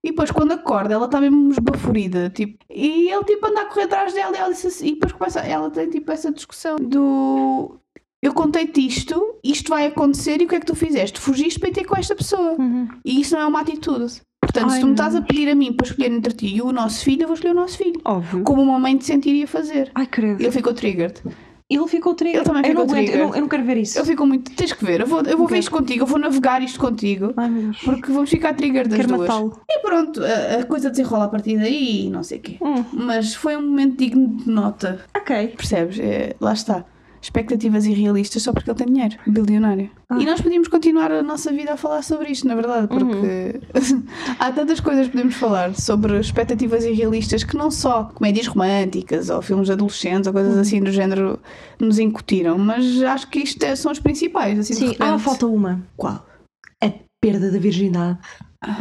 Speaker 2: E depois, quando acorda, ela está mesmo esbaforida. Tipo, e ele tipo anda a correr atrás dela e ela disse assim, E depois começa, ela tem tipo essa discussão do. Eu contei-te isto, isto vai acontecer e o que é que tu fizeste? Fugiste para ir ter com esta pessoa.
Speaker 1: Uhum.
Speaker 2: E isso não é uma atitude. Portanto,
Speaker 1: Ai,
Speaker 2: se tu
Speaker 1: não.
Speaker 2: me estás a pedir a mim para escolher entre ti e o nosso filho, eu vou escolher o nosso filho.
Speaker 1: Óbvio.
Speaker 2: Como uma mãe te sentiria fazer.
Speaker 1: Ai, credo.
Speaker 2: Ele ficou triggered.
Speaker 1: Ele ficou trigger.
Speaker 2: Ele também
Speaker 1: eu não
Speaker 2: ficou
Speaker 1: aguento, eu
Speaker 2: trigger.
Speaker 1: não, eu não quero ver isso.
Speaker 2: Ele ficou muito. Tens que ver, eu vou, eu vou
Speaker 1: Ok.
Speaker 2: ver isto contigo, eu vou navegar isto contigo.
Speaker 1: Ai, meu Deus.
Speaker 2: Porque vamos ficar triggered das
Speaker 1: Quero
Speaker 2: duas.
Speaker 1: matá-lo.
Speaker 2: E pronto, a, a coisa desenrola a partir daí e não sei o quê.
Speaker 1: Hum.
Speaker 2: Mas foi um momento digno de nota,
Speaker 1: Ok.
Speaker 2: percebes? É, lá está. Expectativas irrealistas só porque ele tem dinheiro, bilionário.
Speaker 1: Ah. Uhum.
Speaker 2: E nós podíamos continuar a nossa vida a falar sobre isto, na verdade, porque <laughs> há tantas coisas que podemos falar sobre expectativas irrealistas que não só comédias românticas ou filmes adolescentes ou coisas
Speaker 1: Uhum.
Speaker 2: assim do género nos incutiram, mas acho que isto é- são os principais. Assim,
Speaker 1: Sim,
Speaker 2: de repente.
Speaker 1: ah, falta uma.
Speaker 2: Qual?
Speaker 1: a perda da virgindade.
Speaker 2: Hum.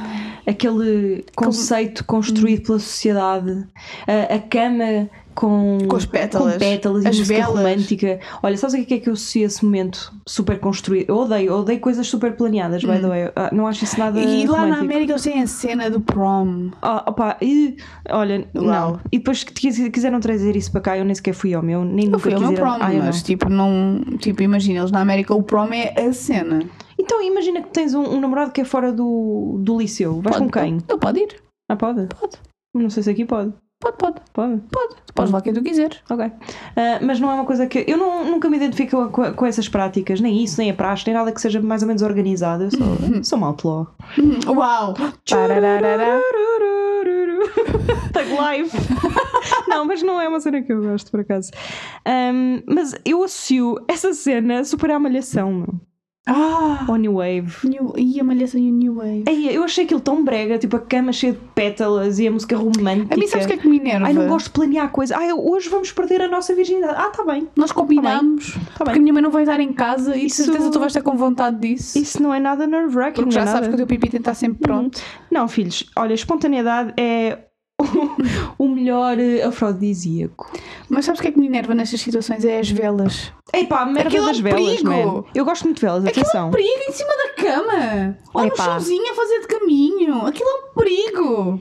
Speaker 1: Aquele conceito construído pela sociedade, a, a cama com,
Speaker 2: Com as pétalas.
Speaker 1: com pétalas e
Speaker 2: As
Speaker 1: música
Speaker 2: velas.
Speaker 1: romântica. Olha, sabes o que é que eu associo a esse momento super construído? Eu odeio, eu odeio coisas super planeadas, by the way. Ah, Não acho isso nada.
Speaker 2: Hum. E lá na
Speaker 1: romântico.
Speaker 2: América eles têm a cena do prom.
Speaker 1: Ah, opá, e, olha,
Speaker 2: Uau.
Speaker 1: não. E depois que quis- quiseram trazer isso para cá, eu nem sequer fui ao meu, nem
Speaker 2: Eu
Speaker 1: nunca
Speaker 2: fui ao meu
Speaker 1: quis ir
Speaker 2: prom,
Speaker 1: ao- Ah, eu não.
Speaker 2: mas tipo, não. Tipo, imagina, eles na América o prom é a cena.
Speaker 1: Então imagina que tens um, um namorado que é fora do, do liceu. Vais com quem?
Speaker 3: Não, pode ir.
Speaker 1: Ah, pode?
Speaker 3: Pode.
Speaker 1: Não sei se aqui pode.
Speaker 3: Pode, pode,
Speaker 1: Pode.
Speaker 3: pode. Tu podes lá quem tu
Speaker 1: <laughs>
Speaker 3: quiseres.
Speaker 1: Ok. Ah, mas não é uma coisa que. Eu não- nunca me identifico com, com essas práticas, nem isso, nem a praxe, nem nada que seja mais ou menos organizado. Eu
Speaker 2: <laughs>
Speaker 1: sou, sou mal peló.
Speaker 2: Uau!
Speaker 3: Parararará.
Speaker 2: <laughs>
Speaker 1: Tag live. <laughs> não, mas não é uma cena que eu gosto, por acaso. Ahm, mas eu associo essa cena super à malhação, meu.
Speaker 2: Ah!
Speaker 1: Ao New Wave.
Speaker 2: New, e a malhação e o New Wave.
Speaker 1: Ei, eu achei aquilo tão brega, tipo a cama cheia de pétalas e a música romântica.
Speaker 2: A mim sabes o que é que me enerva?
Speaker 1: Ai, não gosto de planear coisa. Ai, hoje vamos perder a nossa virgindade. Ah, tá bem.
Speaker 2: Nós combinamos.
Speaker 1: Tá
Speaker 3: Porque a
Speaker 1: bem.
Speaker 3: minha mãe não vai estar em casa e de
Speaker 1: Isso-
Speaker 3: certeza tu vais estar com vontade disso.
Speaker 1: Isso não é nada nerve-wracking.
Speaker 3: Porque
Speaker 1: não é
Speaker 3: já sabes
Speaker 1: nada. Uhum.
Speaker 3: que o teu pipi tem de estar sempre pronto.
Speaker 1: Não, filhos, olha, espontaneidade é <laughs> o melhor eh, afrodisíaco.
Speaker 2: Mas sabes o que é que me enerva nestas situações? É as velas.
Speaker 1: Epá, a merda
Speaker 2: Aquilo é um
Speaker 1: das velas,
Speaker 2: perigo. é um
Speaker 1: man. Eu gosto muito de velas, atenção.
Speaker 2: perigo em cima da cama! Ou no
Speaker 1: Epá.
Speaker 2: chãozinho a fazer de caminho! Aquilo é um perigo!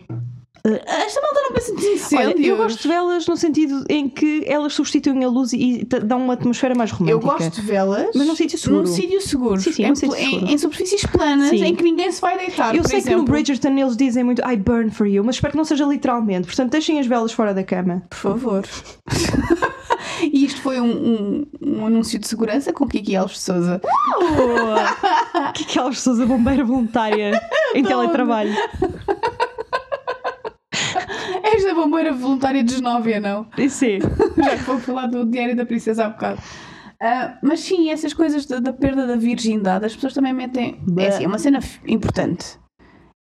Speaker 2: Esta malta não pensa de incêndios.
Speaker 1: Eh, Olha, eu gosto de velas no sentido em que elas substituem a luz e t- dão uma atmosfera mais romântica.
Speaker 2: Eu gosto de velas.
Speaker 1: Mas num sítio seguro.
Speaker 2: Num sítio seguro.
Speaker 1: Sim, sim,
Speaker 2: em,
Speaker 1: num sítio
Speaker 2: pla- em-
Speaker 1: seguro.
Speaker 2: em superfícies planas,
Speaker 1: Sim.
Speaker 2: em que ninguém se vai deitar.
Speaker 1: Eu
Speaker 2: por
Speaker 1: sei que no
Speaker 2: exemplo.
Speaker 1: Bridgerton eles dizem muito I burn for you, mas espero que não seja literalmente. Portanto, deixem as velas fora da cama.
Speaker 2: Por favor. <laughs> e isto foi um, um- um anúncio de segurança com Kiki Alves de Souza. Oh!
Speaker 1: O <laughs> que é que elas pessoas a bombeira
Speaker 2: <laughs>
Speaker 1: voluntária em teletrabalho?
Speaker 2: És da bombeira voluntária de Genóvia, não?
Speaker 1: Sim.
Speaker 2: Já que vou falar do Diário da Princesa há bocado. Ah, mas sim, essas coisas da, da perda da virgindade, as pessoas também metem.
Speaker 1: Bah.
Speaker 2: É assim, é uma cena f- importante.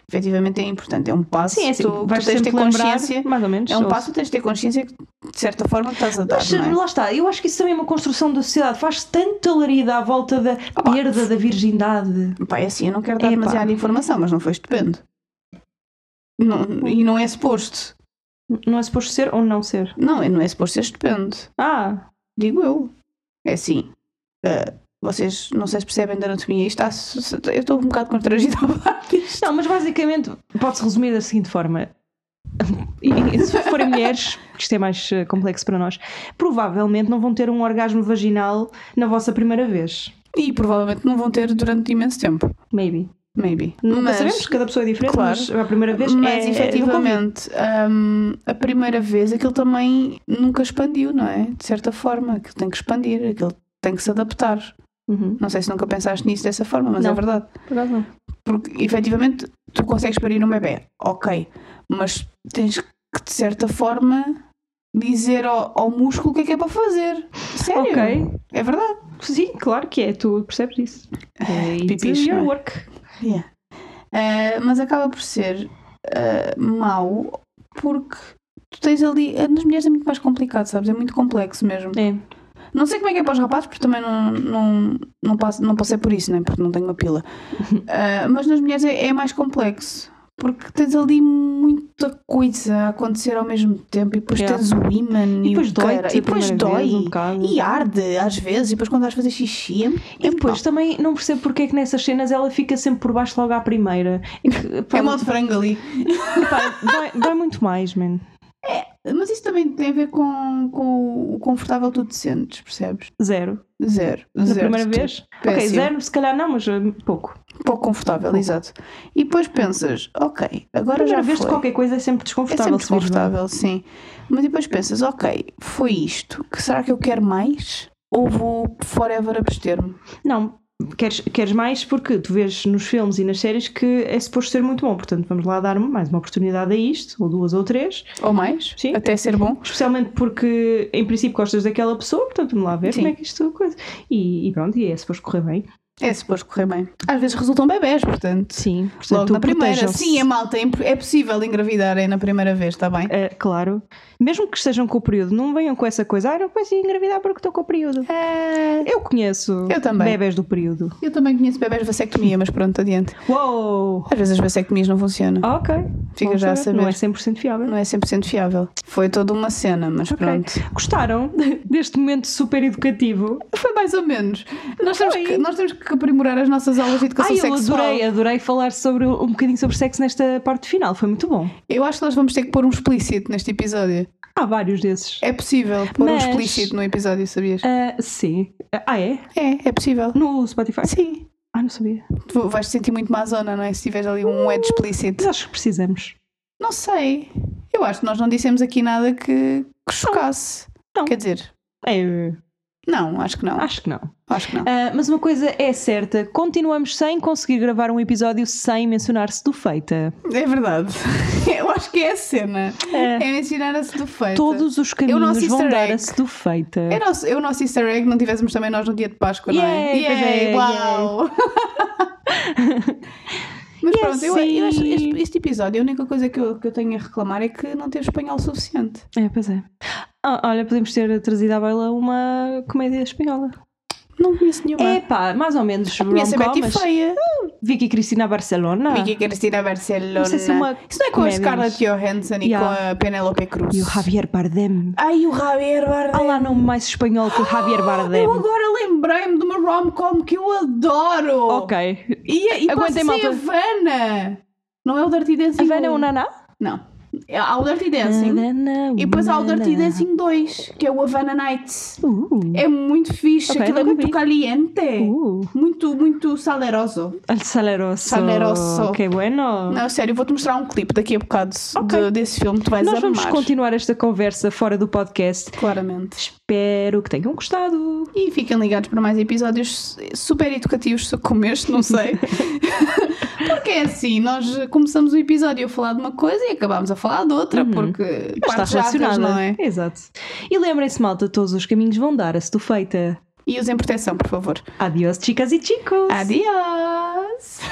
Speaker 2: Efetivamente é importante, é um passo.
Speaker 1: Sim, é assim.
Speaker 2: tu, tu
Speaker 1: vais
Speaker 2: tens de
Speaker 1: sempre
Speaker 2: ter
Speaker 1: lembrar,
Speaker 2: consciência.
Speaker 1: mais ou menos.
Speaker 2: É um
Speaker 1: ou-
Speaker 2: passo, tens de ter consciência que, de certa forma, estás a dar.
Speaker 1: Mas
Speaker 2: não é?
Speaker 1: lá está, eu acho que isso também é uma construção da sociedade. Faz-se tanta larida à volta da
Speaker 2: Opa.
Speaker 1: perda da virgindade.
Speaker 2: Pá, é assim, eu não quero dar
Speaker 1: Epá.
Speaker 2: demasiada informação, mas não foi estupendo. Não- e não é suposto.
Speaker 1: Não é suposto ser ou não ser?
Speaker 2: Não, não é suposto ser estupendo.
Speaker 1: Ah,
Speaker 2: Digo eu. É assim. ah, vocês não sei se percebem da anatomia. Isto está, se- se- eu estou um bocado constrangida <laughs> a falar disto.
Speaker 1: não, mas basicamente pode-se resumir da seguinte forma. E- e Se forem mulheres, porque isto é mais eh, complexo para nós, provavelmente não vão ter um orgasmo vaginal na vossa primeira vez.
Speaker 2: E provavelmente não vão ter durante imenso tempo.
Speaker 1: Maybe.
Speaker 2: Maybe.
Speaker 1: Nunca
Speaker 2: mas,
Speaker 1: sabemos, cada pessoa é diferente,
Speaker 2: claro.
Speaker 1: mas a primeira vez
Speaker 2: mas
Speaker 1: é,
Speaker 2: efetivamente, hum, a primeira vez aquilo também nunca expandiu, não é? De certa forma, aquilo tem que expandir, aquilo tem que se
Speaker 1: é
Speaker 2: adaptar.
Speaker 1: nunca vi. Uhum.
Speaker 2: Não sei se nunca pensaste nisso dessa forma, mas
Speaker 1: Não.
Speaker 2: é verdade.
Speaker 1: Por acaso não.
Speaker 2: Porque efetivamente tu consegues parir um bebê, ok, mas tens que de certa forma dizer ao, ao músculo o que é que é para fazer. Sério?
Speaker 1: Ok.
Speaker 2: É verdade.
Speaker 1: Sim, claro que é, tu percebes isso. É, it's
Speaker 2: Pipis,
Speaker 1: your
Speaker 2: não é?
Speaker 1: work.
Speaker 2: Uh, mas acaba por ser uh, mau porque tu tens ali. Nas mulheres é muito mais complicado, sabes? É muito complexo mesmo.
Speaker 1: É.
Speaker 2: Não sei como é que é para os rapazes, porque também não, não, não, passo, não passei por isso, né? porque não tenho
Speaker 1: <laughs>
Speaker 2: uma pila. Ah, mas nas mulheres é, é mais complexo, porque tens ali muita coisa a acontecer ao mesmo tempo, e depois
Speaker 1: Yeah.
Speaker 2: tens o imã,
Speaker 1: E depois
Speaker 2: o
Speaker 1: dói,
Speaker 2: cara- e depois dói,
Speaker 1: um bocado.
Speaker 2: e arde às vezes, e depois quando vais fazer xixi, é,
Speaker 1: E depois também não percebo porque é que nessas cenas ela fica sempre por baixo logo à primeira. É, que, pá,
Speaker 2: é mal de frango ali.
Speaker 1: pá, dói, dói muito mais, man.
Speaker 2: Mas isso também tem a ver com, com o confortável que tu te sentes, percebes?
Speaker 1: Zero.
Speaker 2: Zero.
Speaker 1: Na
Speaker 2: zero
Speaker 1: primeira
Speaker 2: de ti.
Speaker 1: vez? Ok,
Speaker 2: Péssimo.
Speaker 1: zero, se calhar não, mas hum, pouco.
Speaker 2: Pouco confortável, exato. E depois pensas, ok,
Speaker 1: A
Speaker 2: agora já
Speaker 1: primeira vez
Speaker 2: foi.
Speaker 1: de qualquer coisa é sempre
Speaker 2: É
Speaker 1: desconfortável.
Speaker 2: sempre
Speaker 1: se fores bem.
Speaker 2: desconfortável, sim. Mas depois pensas, ok, foi isto. Que será que eu quero mais? Ou vou forever abster-me?
Speaker 1: Não, queres, queres mais porque tu vês nos filmes e nas séries que é suposto ser muito bom. Portanto, vamos lá dar mais uma oportunidade a isto, ou duas ou três.
Speaker 2: Ou mais?
Speaker 1: Sim.
Speaker 2: Até ser bom?
Speaker 1: Especialmente porque, em princípio, gostas daquela pessoa, portanto, vamos lá ver
Speaker 2: Sim.
Speaker 1: como é que isto coisa. E, e pronto, e é se fores correr bem.
Speaker 2: É suposto correr bem. Às vezes resultam bebés, portanto.
Speaker 1: Sim,
Speaker 2: Logo
Speaker 1: portanto,
Speaker 2: na primeira.
Speaker 1: protejam-se.
Speaker 2: Sim, é malta. é imp- É possível engravidarem na primeira vez, está bem?
Speaker 1: Ah, claro. Mesmo que estejam com o período, não venham com essa coisa. Ah, não consigo engravidar porque estou com o período. Eu conheço
Speaker 2: Eu também.
Speaker 1: bebés do período.
Speaker 2: Eu também conheço bebés de vasectomia, mas pronto, adiante.
Speaker 1: Uou!
Speaker 2: Às vezes as vasectomias não funcionam.
Speaker 1: Ok.
Speaker 2: Fica
Speaker 1: Bom
Speaker 2: já a
Speaker 1: saber. Não é
Speaker 2: saber.
Speaker 1: 100% fiável.
Speaker 2: Não é 100% fiável. Foi toda uma cena, mas
Speaker 1: Ok.
Speaker 2: pronto.
Speaker 1: Gostaram <laughs> deste momento super educativo?
Speaker 2: Foi mais ou menos. Nós temos,
Speaker 1: Foi.
Speaker 2: que, nós temos que aprimorar as nossas aulas de educação
Speaker 1: Ai, eu
Speaker 2: sexual.
Speaker 1: adorei, adorei falar sobre um bocadinho sobre sexo nesta parte final, foi muito bom.
Speaker 2: Eu acho que nós vamos ter que pôr um explícito neste episódio.
Speaker 1: Há vários desses.
Speaker 2: É possível pôr
Speaker 1: Mas-
Speaker 2: um explícito no episódio, sabias?
Speaker 1: Ah, sim. Ah, é?
Speaker 2: É, é possível.
Speaker 1: No Spotify?
Speaker 2: Sim.
Speaker 1: Ah, não sabia.
Speaker 2: Tu vais te sentir muito má zona, não é? Se tiveres ali um ad explícito.
Speaker 1: Mas acho que precisamos.
Speaker 2: Não sei. Eu acho que nós não dissemos aqui nada que, que chocasse.
Speaker 1: Não.
Speaker 2: Quer dizer,
Speaker 1: É,
Speaker 2: não, acho que não.
Speaker 1: acho que não.
Speaker 2: Acho que não.
Speaker 1: Ah, mas uma coisa é certa: continuamos sem conseguir gravar um episódio sem mencionar-se do feita.
Speaker 2: É verdade. <laughs> Eu acho que é a cena. É, mencionar a Sedufeita.
Speaker 1: Todos os
Speaker 2: nosso
Speaker 1: caminhos vão
Speaker 2: easter
Speaker 1: dar
Speaker 2: egg.
Speaker 1: a se do feita.
Speaker 2: É o nosso, é o nosso easter egg, não tivéssemos também nós no dia de Páscoa, não é?
Speaker 1: Yay, pois é,
Speaker 2: uau!
Speaker 1: <laughs>
Speaker 2: Mas
Speaker 1: E é
Speaker 2: pronto, eu, eu acho
Speaker 1: assim-
Speaker 2: este, este episódio, a única coisa que eu, que eu tenho a reclamar é que não teve espanhol suficiente.
Speaker 1: É, pois é. Ah, olha, podemos ter trazido à baila uma comédia espanhola.
Speaker 2: Não conheço nenhuma.
Speaker 1: É pá, mais ou menos.
Speaker 2: conheço a
Speaker 1: rom-com,
Speaker 2: Betty
Speaker 1: mas
Speaker 2: Feia.
Speaker 1: Vicky Cristina Barcelona.
Speaker 2: Vicky Cristina Barcelona.
Speaker 1: Não sei se uma
Speaker 2: Isso não é com a
Speaker 1: comédia, mas-
Speaker 2: Scarlett Johansson e
Speaker 1: Yeah.
Speaker 2: com a Penélope Cruz.
Speaker 1: E o Javier Bardem.
Speaker 2: Ai, o Javier
Speaker 1: Há
Speaker 2: Bardem.
Speaker 1: lá nome mais espanhol que o Javier Bardem.
Speaker 2: Eu agora lembrei-me de uma rom-com que eu adoro.
Speaker 1: Ok. é,
Speaker 2: E, e passa
Speaker 1: Aguentem,
Speaker 2: sem
Speaker 1: malta.
Speaker 2: a Vanna. Não é o Dirty Dancing
Speaker 1: A Vana é
Speaker 2: 1.
Speaker 1: o Naná?
Speaker 2: Não. É- Há o Dirty Dancing. E depois há o Dirty Dancing 2, que é o Havana Nights.
Speaker 1: Uh,
Speaker 2: É muito fixe,
Speaker 1: Ok,
Speaker 2: aquilo é
Speaker 1: nunca
Speaker 2: muito
Speaker 1: vi.
Speaker 2: caliente.
Speaker 1: uh,
Speaker 2: Muito, muito saleroso.
Speaker 1: el saleroso.
Speaker 2: Saleroso.
Speaker 1: Que bueno.
Speaker 2: Não, sério, eu vou-te mostrar um clipe daqui a bocado
Speaker 1: Ok.
Speaker 2: de- desse filme, tu vais
Speaker 1: Nós
Speaker 2: amar.
Speaker 1: vamos continuar esta conversa fora do podcast.
Speaker 2: Claramente.
Speaker 1: Espero que tenham gostado.
Speaker 2: E fiquem ligados para mais episódios super educativos, se como este,
Speaker 1: <laughs>
Speaker 2: não sei. porque é assim, nós começamos o episódio a falar de uma coisa e acabámos a falar de outra, porque
Speaker 1: Uhum. Mas está
Speaker 2: partes jatas,
Speaker 1: relacionada.
Speaker 2: não é?
Speaker 1: Exato. E lembrem-se, malta, todos os caminhos vão dar a se tu feita.
Speaker 2: E usem proteção, por favor.
Speaker 1: Adiós, chicas e chicos.
Speaker 2: Adiós!